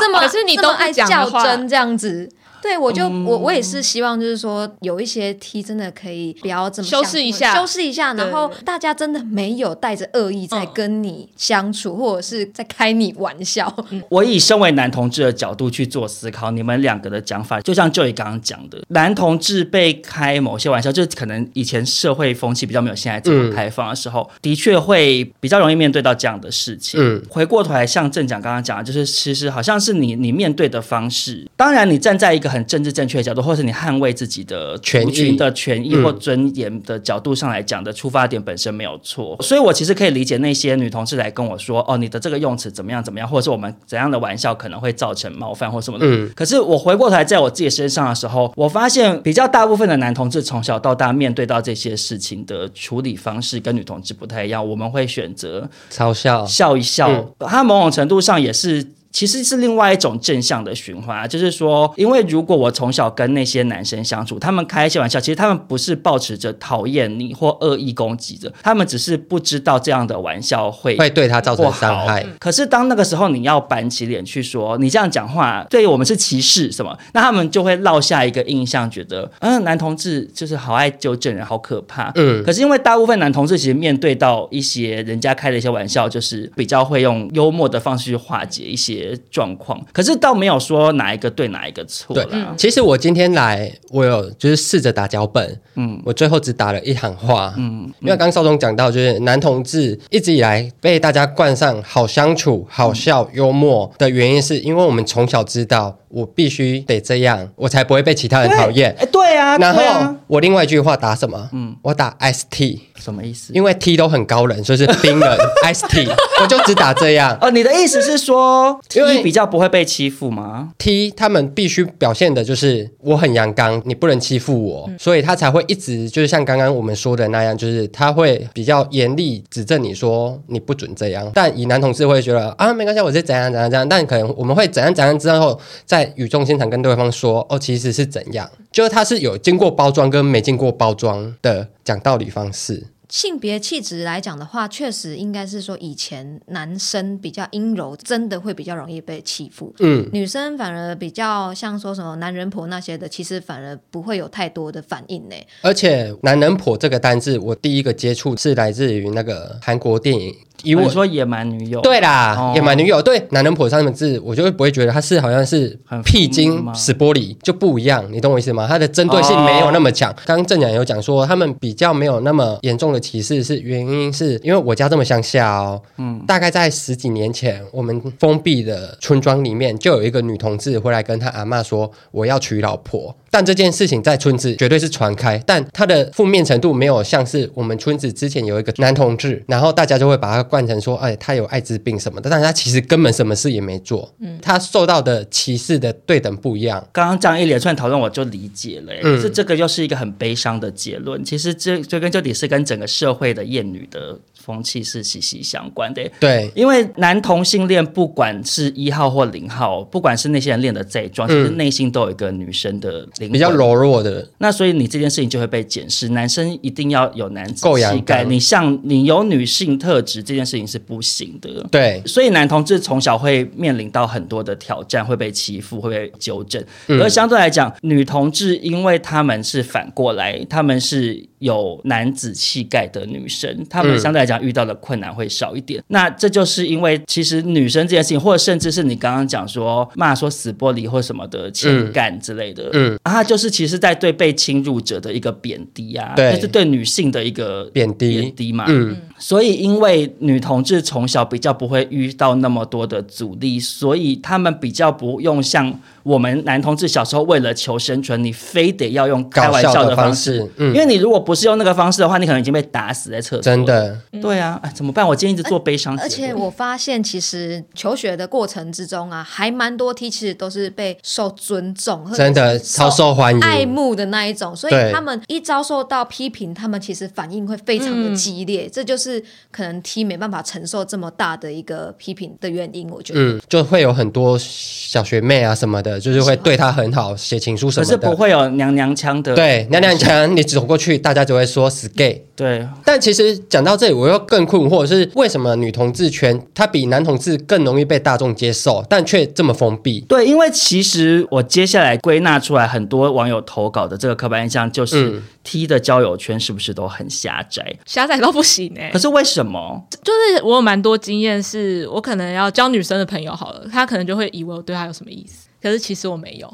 S4: 这么
S5: 可是你
S4: 这
S5: 都
S4: 么
S5: 不
S4: 爱
S5: 讲的
S4: 较
S5: 话嗯
S4: 真这样子？对，我就、我我也是希望，就是说有一些 T 真的可以不要这么
S5: 修
S4: 想
S5: 饰一下
S4: 修饰一下，
S5: 对
S4: 然后大家真的没有带着恶意在
S5: 嗯
S4: 跟你相处，或者是在开你玩笑。
S3: 我以身为男同志的角度去做思考，你们两个的讲法，就像 Joy 刚刚讲的，男同志被开某些玩笑，就是可能以前社会风气比较没有现在这么开放的时候，的确会比较容易面对到这样的事情。
S2: 嗯
S3: 回过头来，像正讲刚刚讲的，就是其实好像是你你面对的方式，当然你站在一个很政治正确的角度，或是你捍卫自己的
S2: 权益
S3: 族群的权益
S2: 嗯
S3: 或尊严的角度上来讲的出发点本身没有错，所以我其实可以理解那些女同志来跟我说，哦，你的这个用词怎么样怎么样，或者是我们怎样的玩笑可能会造成冒犯或什么的。
S2: 嗯
S3: 可是我回过头来在我自己身上的时候，我发现比较大部分的男同志从小到大面对到这些事情的处理方式跟女同志不太一样，我们会选择
S2: 嘲笑，
S3: 笑一笑，它某种程度上也是。其实是另外一种正向的循环啊，就是说，因为如果我从小跟那些男生相处，他们开一些玩笑，其实他们不是抱持着讨厌你或恶意攻击的，他们只是不知道这样的玩笑会
S2: 会对他造成
S3: 不好
S2: 伤害。
S3: 可是当那个时候你要板起脸去说你这样讲话对我们是歧视什么，那他们就会落下一个印象，觉得嗯，男同志就是好爱纠正人，好可怕。
S2: 嗯
S3: 可是因为大部分男同志其实面对到一些人家开的一些玩笑，就是比较会用幽默的方式去化解一些状况，可是倒没有说哪一个对哪一个错
S2: 对
S3: 啦。
S2: 其实我今天来，我有就是试着打脚本，嗯，我最后只打了一行话，嗯，因为刚刚邵总讲到，就是男同志一直以来被大家冠上好相处、好笑、幽默的原因，是因为我们从小知道我必须得这样，我才不会被其他人讨厌。
S3: 哎，对啊，
S2: 然
S3: 对啊
S2: 后我另外一句话打什么？嗯，我打 ST，
S3: 什么意思？
S2: 因为 T 都很高冷，所以是冰冷 ST，我就只打这样。
S3: 哦，你的意思是说，
S2: 因为
S3: 你比较不会被欺负吗？
S2: T 他们必须表现的就是我很阳刚，你不能欺负我，所以他才会一直就是像刚刚我们说的那样，就是他会比较严厉指正你说你不准这样。但以男同志会觉得啊没关系，我是怎样怎样怎样，但可能我们会怎样怎样之后，在语重心长跟对方说哦其实是怎样，就是他是有经过包装跟没经过包装的讲道理方式。
S4: 性别气质来讲的话，确实应该是说以前男生比较阴柔，真的会比较容易被欺负。
S2: 嗯，
S4: 女生反而比较像说什么男人婆那些的，其实反而不会有太多的反应呢。
S2: 而且“男人婆”这个单字，我第一个接触是来自于那个韩国电影。以
S3: 哦你
S2: 我
S3: 说野蛮女友，
S2: 对啦，
S3: 哦
S2: 野蛮女友对男人婆三个字，我就会不会觉得它是好像是
S3: 很
S2: 屁
S3: 负面
S2: 精
S3: 吗
S2: 史波里就不一样，你懂我意思吗？它的针对性没有那么强。刚刚正讲有讲说，他们比较没有那么严重的歧视，是原因是因为我家这么乡下哦，嗯，大概在十几年前，我们封闭的村庄里面就有一个女同志回来跟她阿嬷说我要娶老婆，但这件事情在村子绝对是传开，但它的负面程度没有像是我们村子之前有一个男同志，然后大家就会把他冠成说，哎，他有艾滋病什么的，但是他其实根本什么事也没做，他受到的歧视的对等不一样，
S3: 刚刚这样一连串讨论，我就理解了、欸。
S2: 嗯
S3: 可是这个又是一个很悲伤的结论。其实这追根究底是跟整个社会的厌女的风气是息息相关的欸、
S2: 对，
S3: 因为男同性恋，不管是一号或零号，不管是那些人练的再壮，其实内心都有一个女生的灵魂
S2: 嗯比较柔弱的，
S3: 那所以你这件事情就会被检视，男生一定要有男子
S2: 够阳
S3: 气概，
S2: 刚
S3: 你像你有女性特质这件事情是不行的。
S2: 对，
S3: 所以男同志从小会面临到很多的挑战，会被欺负，会被纠正。
S2: 嗯
S3: 而相对来讲，女同志因为他
S2: 嗯
S3: 们是反过来，他们是有男子气概的女生，他们相对来讲下遇到的困难会少一点。那这就是因为其实女生这件事情，或者甚至是你刚刚讲说骂说死玻璃或什么的情感之类的，
S2: 嗯
S3: 嗯，啊，它就是其实在对被侵入者的一个贬低啊，
S2: 对
S3: 就是对女性的一个
S2: 贬低
S3: 贬低嘛，
S2: 嗯，
S3: 所以，因为女同志从小比较不会遇到那么多的阻力，所以他们比较不用像我们男同志小时候为了求生存，你非得要用开玩笑
S2: 的
S3: 方
S2: 式，嗯
S3: 因，为你如果不是用那个方式的话，你可能已经被打死在厕所。
S2: 真，的，
S3: 对啊，哎，怎么办？我今天一直做悲伤
S4: 而
S3: 节
S4: 且
S3: 目。
S4: 我发现，其实求学的过程之中啊，还蛮多 T 其实都是被受尊重，
S2: 真的
S4: 或者是
S2: 超受欢迎
S4: 爱慕的那一种。所
S2: 对
S4: 以他们一遭受到批评，他们其实反应会非常的激烈，这就是可能 T 没办法承受这么大的一个批评的原因。我觉得，
S2: 嗯，就会有很多小学妹啊什么的，就是会对她很好，写情书什
S3: 可
S2: 么
S3: 是
S2: 的。
S3: 不会有娘娘腔的，
S2: 对，娘娘腔，你走过去，大家就会说死 gay。
S3: 对，
S2: 但其实讲到这里，我又更困惑，是为什么女同志圈它比男同志更容易被大众接受，但却这么封闭？
S3: 对，因为其实我接下来归纳出来很多网友投稿的这个刻板印象，就是
S2: 嗯
S3: T 的交友圈是不是都很狭窄？
S5: 狭窄到不行哎、
S3: 可是为什么？
S5: 就是我有蛮多经验，是我可能要交女生的朋友好了，她可能就会以为我对她有什么意思，可是其实我没有，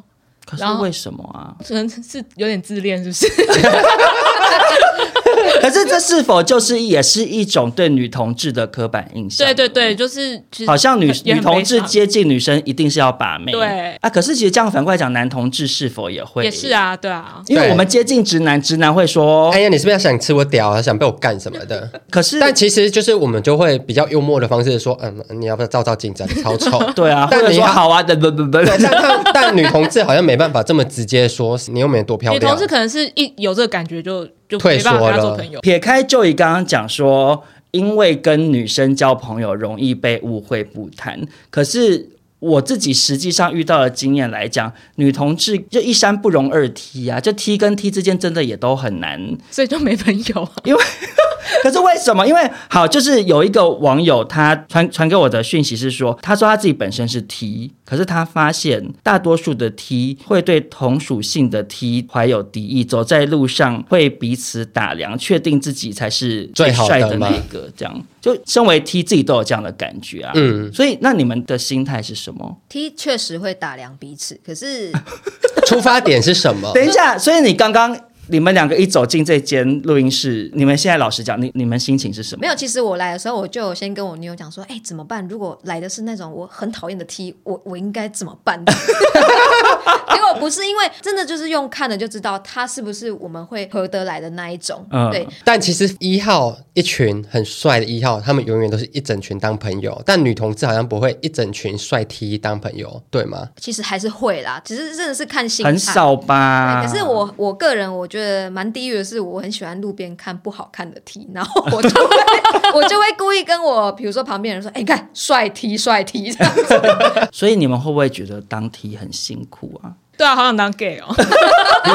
S3: 可是
S5: 然后
S3: 为什么啊？
S5: 可能是有点自恋，是不是？
S3: 可是这是否就是也是一种对女同志的刻板印象？
S5: 对对对，就是其实
S3: 啊好像女
S5: 也
S3: 女
S5: 很悲
S3: 同志
S5: 伤
S3: 接近女生一定是要把妹，
S5: 对
S3: 啊。可是其实这样反过来讲，男同志是否也会？
S5: 也是，啊，对啊，
S3: 因为
S2: 对
S3: 我们接近直男，直男会说，
S2: 哎呀，你是不是想吃我屌啊？想被我干什么的？
S3: 可哦 是
S2: 但其实就是我们就会比较幽默的方式说，嗯，你要不要照照镜子啊？你超丑。
S3: 对啊，或
S2: 但
S3: 者
S2: 你
S3: 说
S2: 要
S3: 好啊，不不不不，
S2: 对，但但但女同志好像没办法这么直接说，你又没多漂
S5: 女同
S2: 亮
S5: 事。可能是一有这个感觉就就
S2: 退
S5: 没办法
S2: 缩
S5: 跟她
S2: 了
S5: 做朋友，
S3: 撇开 Joey 刚刚讲说，因为跟女生交朋友容易被误会不谈，可是。我自己实际上遇到的经验来讲，女同志就一山不容二梯啊，就 T 跟 T 之间真的也都很难
S5: 所以就没朋友 啊。
S3: 可是为什么？因为好，就是有一个网友他传传给我的讯息是说，他说他自己本身是 T，可是他发现大多数的 T 会对同属性的 T 怀有敌意，走在路上会彼此打量，确定自己才是
S2: 最好的
S3: 帅的那
S2: 嘛
S3: 一个。这样，就身为 T 自己都有这样的感觉啊。
S2: 嗯，
S3: 所以那你们的心态是什么？
S4: T 确实会打量彼此，可是
S2: 出发点是什么？
S3: 等一下，所以你刚刚。你们两个一走进这间录音室，你们现在老实讲，你你们心情是什么？
S4: 没有。其实我来的时候，我就有先跟我女友讲说：“哎、怎么办？如果来的是那种我很讨厌的 T，我我应该怎么办？” 结果不是因为真的就是用看了就知道他是不是我们会合得来的那一种。
S3: 嗯
S4: 对，
S2: 但其实一号一群很帅的一号，他们永远都是一整群当朋友，但女同志好像不会一整群帅 T 当朋友，对吗？
S4: 其实还是会啦，只是真的是看心态。
S3: 很少啊吧？
S4: 对可是我我个人我觉得蛮地狱的是，我很喜欢路边看不好看的 T，然后我 就会我就会故意跟我比如说旁边人说：“哎、你看帅 T 帅 T 这样子。”
S3: 所以你们会不会觉得当 T 很辛苦啊？
S5: 对啊，好想当 gay 哦。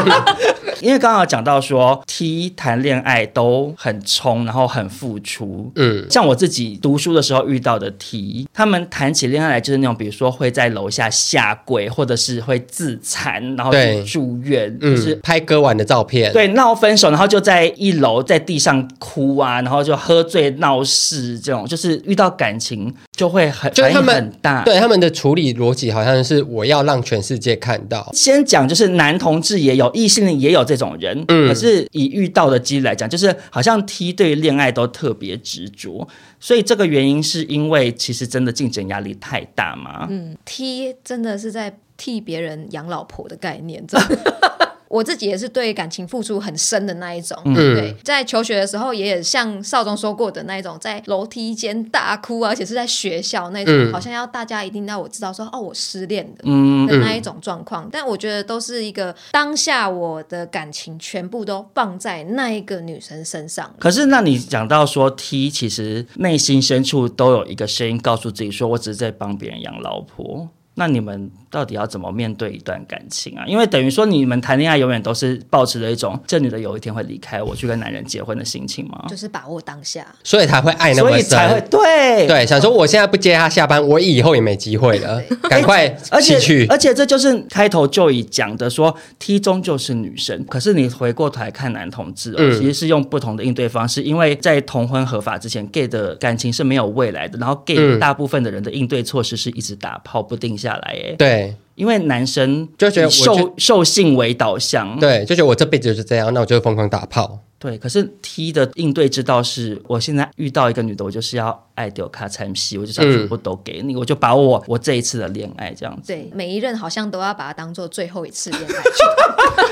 S3: 因为刚好讲到说 T 谈恋爱都很冲，然后很付出。
S2: 嗯，
S3: 像我自己读书的时候遇到的 T，他们谈起恋爱来就是那种，比如说会在楼下下跪，或者是会自残，然后
S2: 对
S3: 去住院，就
S2: 嗯，
S3: 是
S2: 拍割腕的照片，，
S3: 对闹分手，然后就在一楼在地上哭啊，然后就喝醉闹事，这种就是遇到感情就会很
S2: 就是
S3: 反
S2: 他
S3: 应
S2: 们
S3: 很大。
S2: 对他们的处理逻辑好像是我要让全世界看到，
S3: 先讲，就是男同志也有，异性恋也有这种人，
S2: 嗯
S3: 可是以遇到的几率来讲，就是好像 T 对恋爱都特别执着，所以这个原因是因为其实真的竞争压力太大嘛。
S2: 嗯
S4: T 真的是在替别人养老婆的概念。真的 我自己也是对感情付出很深的那一种，
S2: 嗯
S4: 对，在求学的时候也像少中说过的那一种，在楼梯间大哭啊，而且是在学校那种，
S2: 嗯
S4: 好像要大家一定要我知道说哦，我失恋的。
S3: 嗯，
S4: 的那一种状况，但我觉得都是一个当下我的感情全部都放在那一个女生身上了。
S3: 可是那你讲到说 T 其实内心深处都有一个声音告诉自己说，我只是在帮别人养老婆。那你们到底要怎么面对一段感情啊？因为等于说你们谈恋爱永远都是抱持着一种这女的有一天会离开我，去跟男人结婚的心情
S2: 哦
S3: 吗？
S4: 就是把握当下。
S2: 所以才会哎爱那
S3: 所
S2: 么
S3: 以才会
S2: 深。
S3: 对。
S2: 对，想说我现在不接他下班，我以后也没机会了，赶快
S3: 而且
S2: 弃去
S3: 而。且这就是开头就已讲的说，T 终究是女生。可是你回过头来看男同志、哦，
S2: 嗯
S3: 其实是用不同的应对方式，因为在同婚合法之前，gay 的感情是没有未来的。然后 gay
S2: 嗯
S3: 大部分的人的应对措施是一直打炮不定下来，哎，
S2: 对
S3: 因为男生
S2: 就嗯觉得
S3: 以
S2: 我
S3: 受受性为导向，
S2: 对，就觉得我这辈子就是这样，那我就疯狂打炮。
S3: 对，可是 T 的应对之道是，我现在遇到一个女的，我就是要爱丢卡参戏，我就是要
S2: 嗯
S3: 全部都给你，我就把我我这一次的恋爱这样子。
S4: 对，每一任好像都要把它当做最后一次恋爱。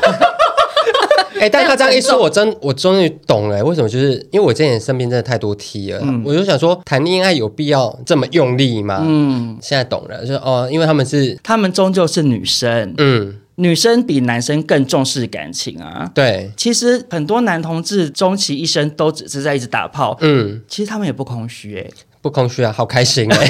S2: 哎、但他这样一说，我真我终于懂了，欸为什么就是因为我之前身边真的太多 T 了，我就想说谈恋爱有必要这么用力吗？嗯，现在懂了，就是哦，因为他们是
S3: 她们终究是女生，
S2: 嗯，
S3: 女生比男生更重视感情啊。
S2: 对，
S3: 其实很多男同志终其一生都只是在一直打炮，
S2: 嗯，
S3: 其实他们也不空虚哎、
S2: 不空虚啊，好开心哎、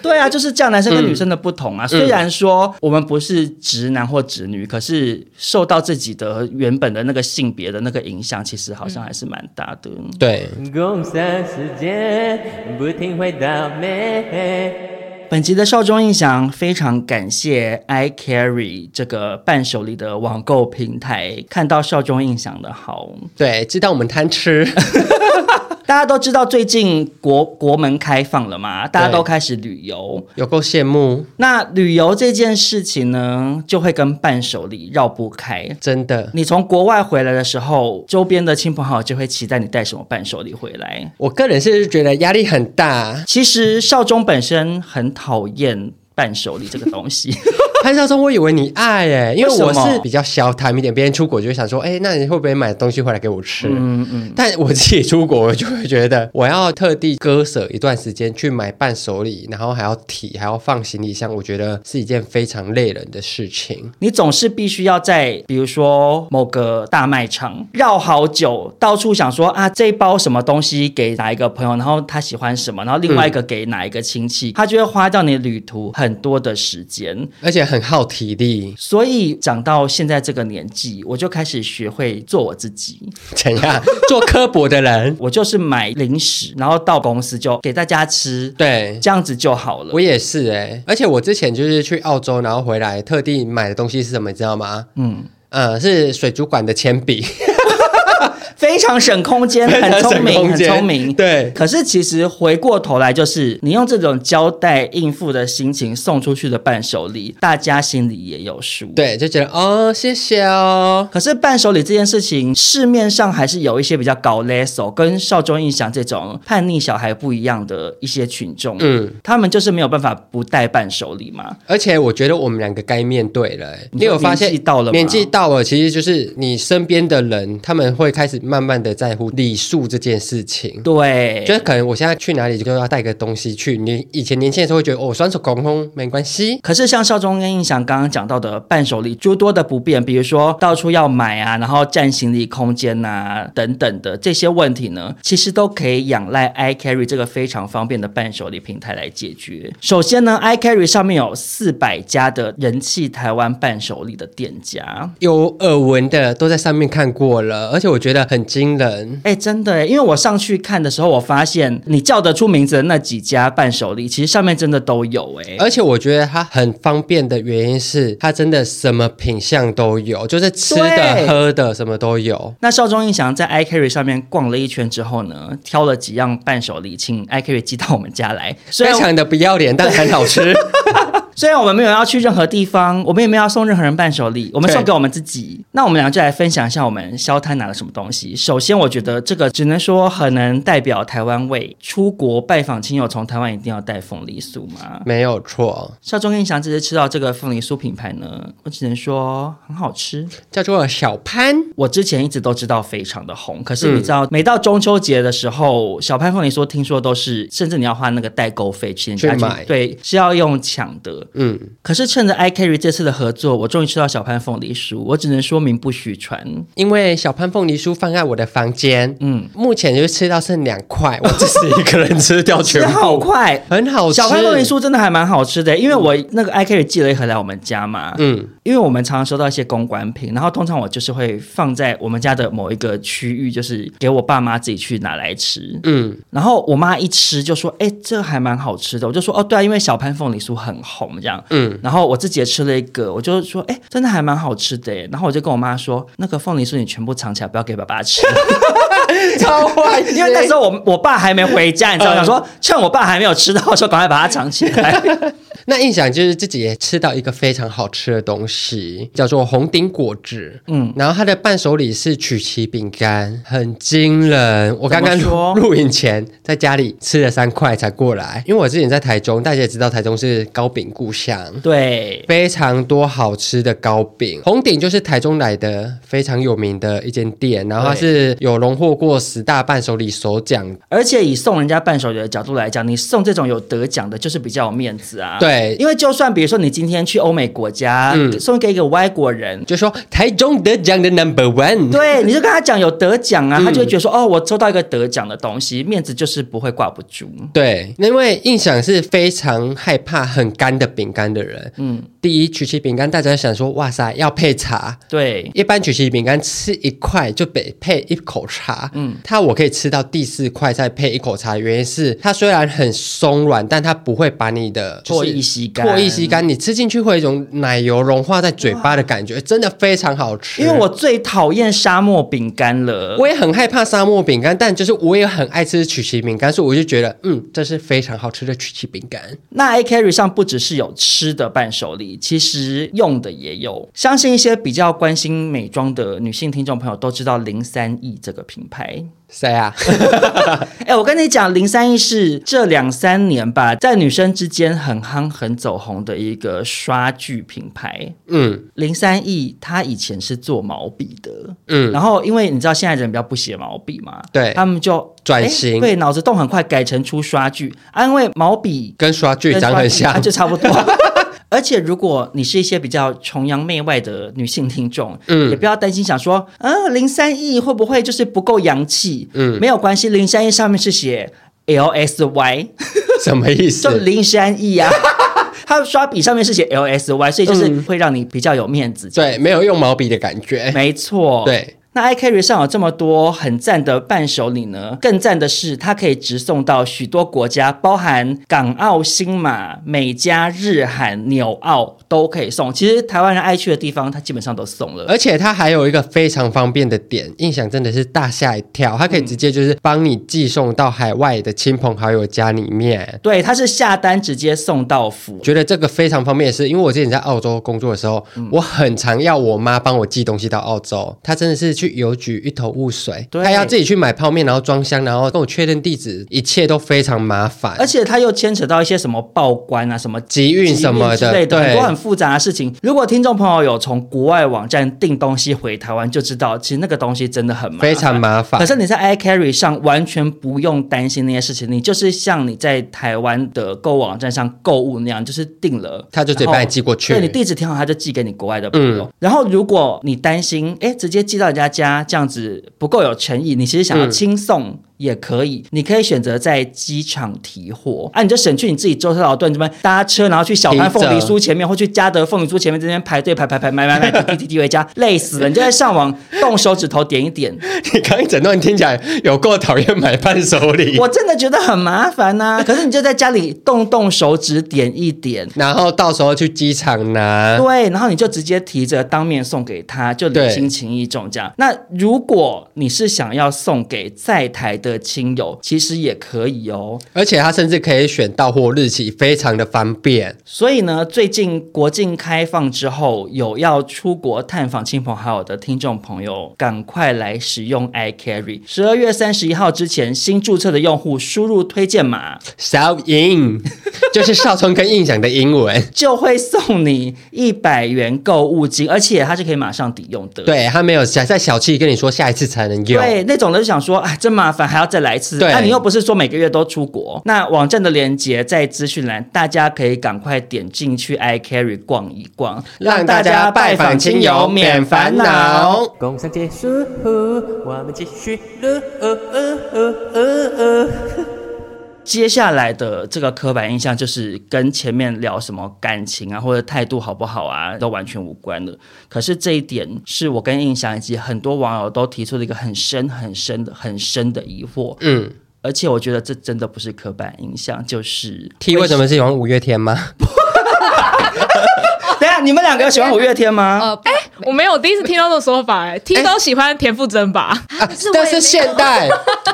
S3: 对啊，就是这样，男生跟女生的不同啊。虽然说我们不是直男或直女，可是受到自己的原本的那个性别的那个影响，其实好像还是蛮大的。
S2: 对，
S1: 共享时间，不停回到美。
S3: 本集的少中印象非常感谢 iCarry 这个伴手礼的网购平台，看到少中印象的好。
S2: 对，知道我们贪吃，
S3: 大家都知道最近国国门开放了嘛，大家都开始旅游。
S2: 有够羡慕，
S3: 那旅游这件事情呢，就会跟伴手礼绕不开。
S2: 真的。
S3: 你从国外回来的时候，周边的亲朋好友就会期待你带什么伴手礼回来。
S2: 我个人是觉得压力很大，
S3: 其实少中本身很讨厌伴手礼这个东西，
S2: 潘少忠，我以为你爱耶、因为
S3: 为什
S2: 我
S3: 么
S2: 是比较小谈一点，别人出国就会想说，哎、那你会不会买东西回来给我吃？
S3: 嗯嗯，
S2: 但我自己出国，我就会觉得我要特地割舍一段时间去买伴手礼，然后还要提，还要放行李箱，我觉得是一件非常累人的事情。
S3: 你总是必须要在比如说某个大卖场绕好久，到处想说啊这一包什么东西给哪一个朋友，然后他喜欢什么，然后另外一个给哪一个亲戚，他就会花掉你旅途很多的时间。
S2: 而且很耗体力，
S3: 所以长到现在这个年纪，我就开始学会做我自己。
S2: 怎样 做刻薄的人？
S3: 我就是买零食，然后到公司就给大家吃，
S2: 对，
S3: 这样子就好了
S2: 我。也是哎、而且我之前就是去澳洲，然后回来特地买的东西是什么，你知道吗？
S3: 嗯，
S2: 呃，是水族馆的铅笔，
S3: 非常省空间，
S2: 非常
S3: 很聪
S2: 省
S3: 明，
S2: 空
S3: 很
S2: 间
S3: 聪明。
S2: 对
S3: 可是其实回过头来，就是你用这种交代应付的心情送出去的伴手礼，大家心里也有数。。
S2: 对，就觉得哦，谢谢哦，
S3: 可是伴手礼这件事情，市面上还是有一些比较搞 lesso，跟少中印象这种叛逆小孩不一样的一些群众，
S2: 嗯。
S3: 他们就是没有办法不带伴手礼嘛。
S2: 而且我觉得我们两个该面对了、欸，
S3: 你
S2: 你
S3: 说
S2: 有发现
S3: 年纪到了吗
S2: 年纪到了，其实就是你身边的人，他们会开始慢慢的在乎礼数这件事情。
S3: 对，
S2: 就是可能我现在去哪里就要带个东西去。你以前年轻的时候会觉得哦，双手空空没关系，
S3: 可是像少中跟印象刚刚讲到的伴手礼诸多的不便，比如说到处要买啊，然后占行李空间啊等等的这些问题呢，其实都可以仰赖 iCarry 这个非常方便的伴手礼平台来解决。首先呢，iCarry 上面有四百家的人气台湾伴手礼的店家。
S2: 有耳闻的都在上面看过了，而且我觉得很惊人。
S3: 哎，真的耶，因为我上去看的时候，我发现你叫得出名字的那几家伴手礼，其实上面真的都有哎。
S2: 而且我觉得它很方便的原因是，它真的什么品相都有，就是吃
S3: 对
S2: 的、喝的什么都有。
S3: 那邵忠印祥在 iCarry 上面逛了一圈之后呢，挑了几样伴手礼，请 iCarry 寄到我们家来。虽
S2: 非
S3: 然
S2: 常的不要脸，但很好 吃。
S3: 虽然我们没有要去任何地方，我们也没有要送任何人伴手礼，我们
S2: 对
S3: 送给我们自己。那我们俩就来分享一下我们消摊拿了什么东西。首先，我觉得这个只能说很能代表台湾味。出国拜访亲友，从台湾一定要带凤梨酥吗？
S2: 没有错，
S3: 邵忠印祥这次吃到这个凤梨酥品牌呢，我只能说很好吃。
S2: 叫做小潘。
S3: 我之前一直都知道非常的红，可
S2: 嗯
S3: 是你知道，每到中秋节的时候，小潘凤梨说听说都是，甚至你要花那个代购费去人家
S2: 去买
S3: 对，是要用抢的。
S2: 嗯，
S3: 可是趁着 i carry 这次的合作，我终于吃到小潘凤梨酥，我只能说名不虚传。
S2: 因为小潘凤梨酥放在我的房间，
S3: 嗯
S2: 嗯，目前就吃到剩两块，我自己一个人吃掉全
S3: 吃
S2: 部，
S3: 好快，
S2: 很好吃。
S3: 小潘凤梨酥真的还蛮好吃的，因为我那个 i carry 寄了一盒来我们家嘛，
S2: 嗯，
S3: 因为我们常常收到一些公关品，然后通常我就是会放在我们家的某一个区域，就是给我爸妈自己去拿来吃。
S2: 嗯
S3: 然后我妈一吃就说：“哎、这个还蛮好吃的。”我就说：“哦，对啊，因为小潘凤梨酥很红，这样。”
S2: 嗯，
S3: 然后我自己也吃了一个，我就说：“哎、真的还蛮好吃的耶。”然后我就跟我妈说：“那个凤梨酥你全部藏起来，不要给爸爸 吃。”
S2: 超坏心
S3: 因为那时候我我爸还没回家，
S2: 嗯
S3: 你知道，我想说趁我爸还没有吃到的时候，赶快把它藏起来。
S2: 那印象就是自己也吃到一个非常好吃的东西，叫做红顶果汁。嗯，然后它的伴手礼是曲奇饼干，很惊人。我刚刚
S3: 怎么说
S2: 录 录影前在家里吃了三块才过来，因为我之前在台中，大家也知道台中是糕饼故乡。
S3: 对，
S2: 非常多好吃的糕饼，红顶就是台中来的非常有名的一间店，然后它是有荣获过十大伴手礼首奖
S3: 而且以送人家伴手礼的角度来讲，你送这种有得奖的，就是比较有面子啊。
S2: 对
S3: 因为就算比如说你今天去欧美国家，
S2: 嗯
S3: 送给一个外国人。
S2: 就说台中得奖的 number one，，
S3: 对，你就跟他讲有得奖啊，他就会觉得说、哦，我抽到一个得奖的东西，面子就是不会挂不住。
S2: 对，因为印象是非常害怕很干的饼干的人。嗯，第一曲奇饼干，大家想说哇塞要配茶。
S3: 对，
S2: 一般曲奇饼干吃一块就得配一口茶，嗯，它我可以吃到第四块再配一口茶，原因是它虽然很松软，但它不会把你的
S3: 唾液吸干
S2: 唾液吸干，你吃进去会有一种奶油融化在嘴巴的感觉，真的非常好吃。
S3: 因为我最讨厌沙漠饼干了。
S2: 我也很害怕沙漠饼干，但就是我也很爱吃曲奇饼干，所以我就觉得，嗯，这是非常好吃的曲奇饼干。
S3: 那 A Carry 上不只是有吃的伴手礼，其实用的也有。相信一些比较关心美妆的女性听众朋友都知道零三亿这个品牌。
S2: 谁啊？
S3: 哎、我跟你讲，零三亿是这两三年吧，在女生之间很夯、很走红的一个刷剧品牌。
S2: 嗯
S3: 零三亿它以前是做毛笔的，
S2: 嗯，
S3: 然后因为你知道现在人比较不写毛笔嘛，
S2: 对
S3: 他们就
S2: 转
S3: 哎
S2: 型
S3: 对，脑子动很快，改成出刷剧，啊、因为毛笔
S2: 跟刷剧
S3: 跟
S2: 长
S3: 刷
S2: 很
S3: 剧啊
S2: 像
S3: 就。差不 多。而且，如果你是一些比较崇洋媚外的女性听众，嗯，也不要担心，想说，嗯，零三亿会不会就是不够洋气？嗯，没有关系，零三亿上面是写 L S Y，
S2: 什么意思
S3: 就？零三亿 啊。它刷笔上面是写 L S Y，所以就是会让你比较有面子。
S2: 嗯对，没有用毛笔的感觉。
S3: 没错，。
S2: 哎对，
S3: 那 i carry 上有这么多很赞的伴手礼呢，更赞的是它可以直送到许多国家，包含港澳、新马、美加、日韩、纽澳都可以送。其实台湾人爱去的地方，它基本上都送了。
S2: 而且它还有一个非常方便的点，印象真的是大吓一跳。它可以直接就是帮你寄送到海外的亲朋好友家里面。
S3: 对，它是下单直接送到府。
S2: 觉得这个非常方便，是因为我之前在澳洲工作的时候，
S3: 嗯
S2: 我很常要我妈帮我寄东西到澳洲。她真的是去邮局一头雾水，
S3: 对
S2: 她要自己去买泡面，然后装箱，然后跟我确认地址，一切都非常麻烦。
S3: 而且它又牵扯到一些什么报关啊、什么
S2: 集哎运什么
S3: 集
S2: 的
S3: 运之类
S2: 对
S3: 很多很复杂的事情。如果听众朋友有从国外网站订东西回台湾，就知道其实那个东西真的很麻烦
S2: 非常麻烦。
S3: 可是你在 i carry 上完全不用担心那些事情，你就是像你在台湾的购物网站上购物那样，就是订了，
S2: 他就直接
S3: 然后
S2: 帮你寄过去
S3: 对哦你地址填好，他就寄给你国外的朋友。然后如果你担心，哎，直接寄到人家家这样子不够有诚意，你其实想要轻送。也可以，你可以选择在机场提货啊，你就省去你自己舟车劳顿这边搭车，然后去小潘凤梨
S2: 提着
S3: 酥前面或去嘉德凤梨酥前面这边排队排排排买买买提提提提回家，累死了。你就在上网动手指头点一点，
S2: 你刚一整段听起来有够讨厌买伴手礼，
S3: 我真的觉得很麻烦呐、可是你就在家里动动手指点一点，
S2: 然后到时候去机场拿。
S3: 对，然后你就直接提着当面送给他，就礼
S2: 对
S3: 轻情意重这样。那如果你是想要送给在台的亲友，其实也可以哦。
S2: 而且他甚至可以选到货日期，非常的方便。
S3: 所以呢，最近国境开放之后，有要出国探访亲朋好友的听众朋友，赶快来使用 iCarry。十二月三十一号之前，新注册的用户输入推荐码。
S2: 少 英就是少聪跟印象的英 文，
S3: 就会送你一百元购物金，而且它是可以马上抵用的。
S2: 对他没有小在小气跟你说下一次才能用。
S3: 对，那种的就想说，哎，真麻烦，还还要再来一次。
S2: 对
S3: 那你又不是说每个月都出国？那网站的链接在资讯栏，大家可以赶快点进去 iCarry 逛一逛，
S2: 让大家拜访亲友免烦恼。。
S1: 工商结束，我们继续录。哦哦哦哦哦
S3: 接下来的这个刻板印象就是跟前面聊什么感情啊或者态度好不好啊都完全无关的。可是这一点是我跟印象以及很多网友都提出了一个很深很深的很深的疑惑。
S2: 嗯
S3: 而且我觉得这真的不是刻板印象，就是
S2: ，T 为什么是喜欢五月天吗？
S3: 等一下你们两个有喜欢五月天吗？
S4: 呃，哎、
S5: 我没有第一次听到这种说法、哎 T 都喜欢田馥甄吧？
S2: 啊
S4: 是，我也
S2: 那
S4: 没有
S2: 是现 代，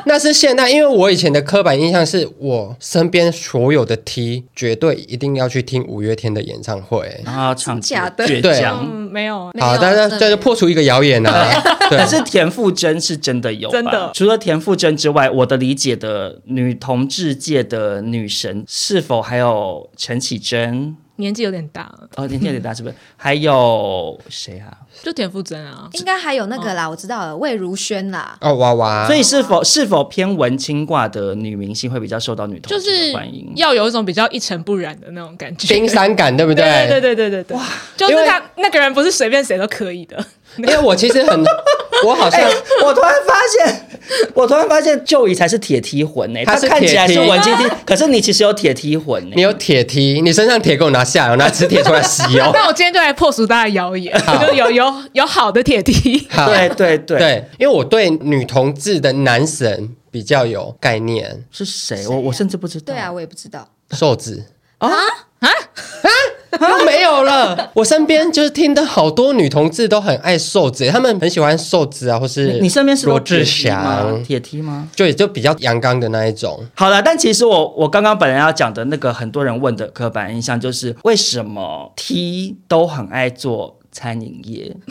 S2: 那是现代，因为我以前的刻板印象是我身边所有的 T 绝对一定要去听五月天的演唱会。
S3: 然后唱
S4: 假的啊
S3: 倔
S2: 对
S3: 强。
S5: 嗯，没有、哎
S4: 没有
S2: 好，大家
S4: 真的
S2: 这就破除一个谣言啊！ 对
S3: 可，是田馥甄是真的有吧，
S5: 真的
S3: 除了田馥甄之外，我的理解的女同志界的女神是否还有陈绮贞？
S5: 年纪有点大了，
S3: 哦，年纪有点大是不是？还有谁啊？
S5: 就田馥甄啊。
S4: 应该还有那
S3: 嗯
S4: 个啦，我知道了，魏如萱啦，
S2: 哦，娃娃，
S3: 所以是否是否偏文青挂的女明星会比较受到女同
S5: 就
S3: 志
S5: 是
S3: 的欢迎？
S5: 要有一种比较一尘不染的那种感觉，
S2: 冰山感对不对？
S5: 对对对对对对，就是
S2: 因为
S5: 他那个人不是随便谁都可以的，
S2: 因为我其实很，我好像
S3: 哎、我突然发现， 我突然发现，就怡才是铁梯魂呢、欸，
S2: 她是
S3: 看起来
S2: 铁
S3: 是
S2: 梯
S3: 文青梯，可是你其实有铁梯魂欸呢、
S2: 你有铁梯，你身上铁给我拿下来，我拿磁铁出来吸哦。
S5: 那我今天就来破除大家的谣言，就有有有好的铁梯，
S2: 好，
S3: 对对对，
S2: 对，因为我对女同志的男神比较有概念，
S3: 是谁？我我甚至不知道。
S4: 对啊，我也不知道。
S2: 瘦子。
S5: 啊
S2: 啊，没有了。我身边就是听的好多女同志都很爱瘦子，她们很喜欢瘦子啊，或是
S3: 你你身边是
S2: 罗
S3: 有铁
S2: 志
S3: 梯吗？
S2: 祥，
S3: 铁梯吗？
S2: 就也就比较阳刚的那一种。
S3: 好了，但其实我我刚刚本来要讲的那个很多人问的刻板印象，就是为什么 T 都很爱做餐饮业？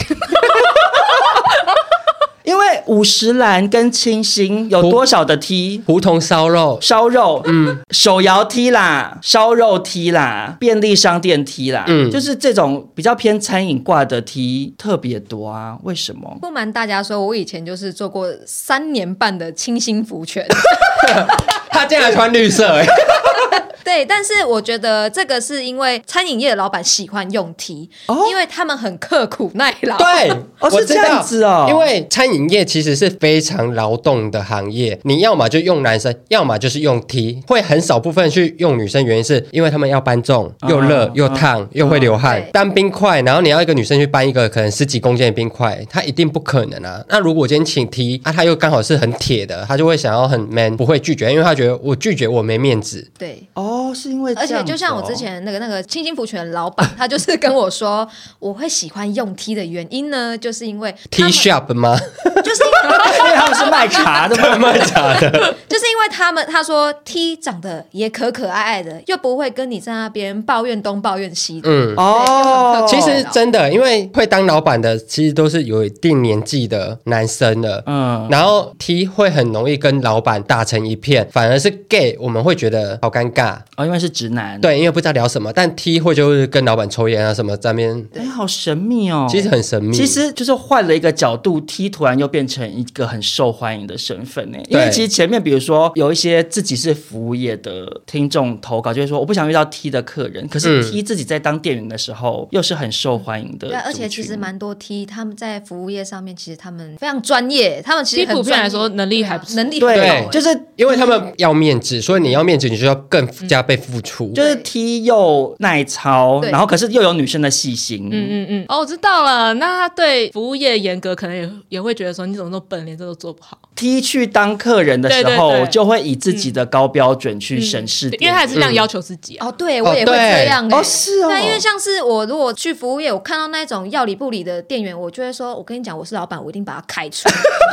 S3: 因为五十岚跟清新有多少的 T
S2: 胡同烧肉，
S3: 烧肉，嗯，手摇 T 啦，烧肉 T 啦，便利商店 T 啦，
S2: 嗯
S3: 就是这种比较偏餐饮挂的 T 特别多啊。为什么？
S4: 不瞒大家说，我以前就是做过三年半的清新福 泉，
S2: 她竟然穿绿色、欸，
S4: 对，但是我觉得这个是因为餐饮业的老板喜欢用 T，、
S3: 哦
S4: 因为他们很刻苦耐劳。
S2: 对，
S3: 哦
S2: 我
S3: 是
S2: 知
S3: 这样
S2: 道
S3: 子哦
S2: 因为餐饮业其实是非常劳动的行业，你要么就用男生，要么就是用 T，会很少部分去用女生，原因是因为他们要搬重，
S3: 哦
S2: 又热、又烫、又会流汗
S4: 对，
S2: 搬冰块，然后你要一个女生去搬一个可能十几公斤的冰块，她一定不可能啊。那如果我今天请 T，啊，她又刚好是很铁的，她就会想要很 man，不会拒绝，因为她觉得我拒绝我没面子。
S4: 对
S3: 哦，是因为
S4: 而
S3: 这
S4: 且
S3: 样
S4: 就
S3: 子
S4: 像我 之
S3: 哦
S4: 前那个那个清新福泉的老板，他就是跟我说，我会喜欢用 T 的原因 呢，就是因为
S2: T
S4: 他们
S2: shop 吗？
S4: 就是因为
S3: 因为他们是卖茶的嘛， 卖茶的。
S4: 就是因为他们他说 T 长得也可可爱爱的，又不会跟你在那边抱怨东抱怨西的。
S2: 嗯，
S3: 哦，
S2: 其实真的，因为会当老板的其实都是有一定年纪的男生了，
S3: 嗯，
S2: 然后 T 会很容易跟老板打成一片，反而是 gay 我们会觉得好尴尬，
S3: 哦，因为是直男，，
S2: 对，因为不知道聊什么。但 T 会就是跟老板抽烟啊什么，在那边
S3: 哎，好神秘哦。
S2: 其实很神秘。
S3: 其实就是换了一个角度，T 突然又变成一个很受欢迎的身份呢。因为
S2: 对
S3: 其实前面比如说有一些自己是服务业的听众投稿，就会说我不想遇到 T 的客人，可是
S2: 嗯
S3: T 自己在当店员的时候又是很受欢迎的族
S4: 对
S3: 群。
S4: 啊，而且其实蛮多 T 他们在服务业上面，其实他们非常专业，他们其实
S5: T
S4: 很
S5: 普遍来
S4: 专业
S5: 说能力还不
S4: 对啊
S5: 错
S4: 能力很好
S3: 对
S4: 欸，
S3: 就是
S2: 因为他们要面子，所以你要面子，你就要更加被付出。
S3: 就是 T 又耐操，
S4: 对
S3: 然后可是又有女生的细心，嗯
S5: 嗯嗯，哦，我知道了。那他对服务业严格，可能也也会觉得说，你怎么那么笨，连这都做不好？
S3: T 去当客人的时候，
S5: 对对对
S3: 就会以自己的高标准去审视
S5: 对
S3: 店
S5: 因为他也是这样要求自己啊。
S4: 哦，对
S2: 哦
S4: 我也会
S2: 对
S4: 这样欸
S3: 哦是哦
S4: 对，因为像是我如果去服务业，我看到那种要理不理的店员，我就会说，我跟你讲，我是老板，我一定把他开除。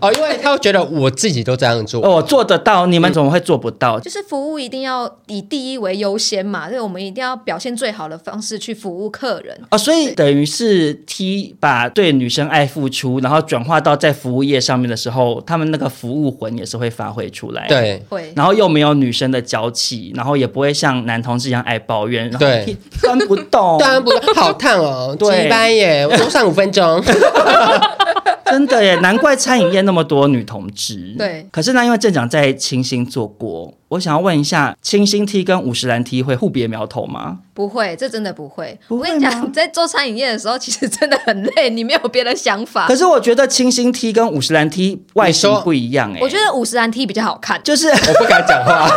S2: 哦，因为他会觉得我自己都这样做。嗯
S3: 哦，我做得到，你们怎么会做不到？
S4: 就是服务一定要以第一为优先嘛，所以我们一定要表现最好的方式去服务客人。
S3: 哦，所以等于是 T 把对女生爱付出，然后转化到在服务业上面的时候，他们那个服务魂也是会发挥出来。。
S2: 对，
S4: 会，
S3: 然后又没有女生的娇气，然后也不会像男同志一样爱抱怨，然后
S2: 对啊
S3: T 钻 不动，
S2: 当然不好烫哦，
S3: 对
S2: 鸡巴耶，我多上五分钟。
S3: 真的耶，难怪餐饮业那么多女同志。
S4: 对
S3: 可是呢，因为正长在清新做过，我想要问一下，清新 T 跟五十岚 T 会互别苗头吗？
S4: 不会，这真的不会。
S3: 不
S4: 我
S3: 会
S4: 跟你
S3: 吗
S4: 讲，在做餐饮业的时候，其实真的很累，你没有别的想法
S3: 可。是我觉得清新 T 跟五十岚 T 外形
S2: 啊你说
S3: 不一样哎，
S4: 我觉得五十岚 T 比较好看，
S3: 就是，
S2: 我不敢讲话。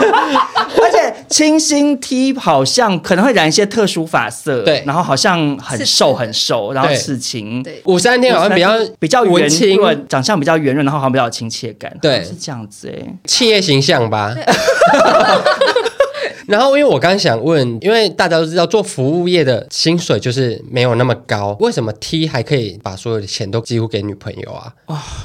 S3: 而且清新 T 好像可能会染一些特殊发色，
S2: 对
S3: 然后好像很
S4: 刺
S3: 瘦
S4: 青
S3: 很瘦，然后
S2: 对
S3: 刺青，
S4: 对
S2: 五三天好像比较
S3: 比较
S2: 文
S3: 圆
S2: 青，
S3: 润，长相比较圆润，然后好像比较有亲切感，
S2: 对
S3: 好像是这样子哎，
S2: 企业形象吧。 然后，因为我刚想问，因为大家都知道做服务业的薪水就是没有那么高，为什么 T 还可以把所有的钱都几乎给女朋友啊？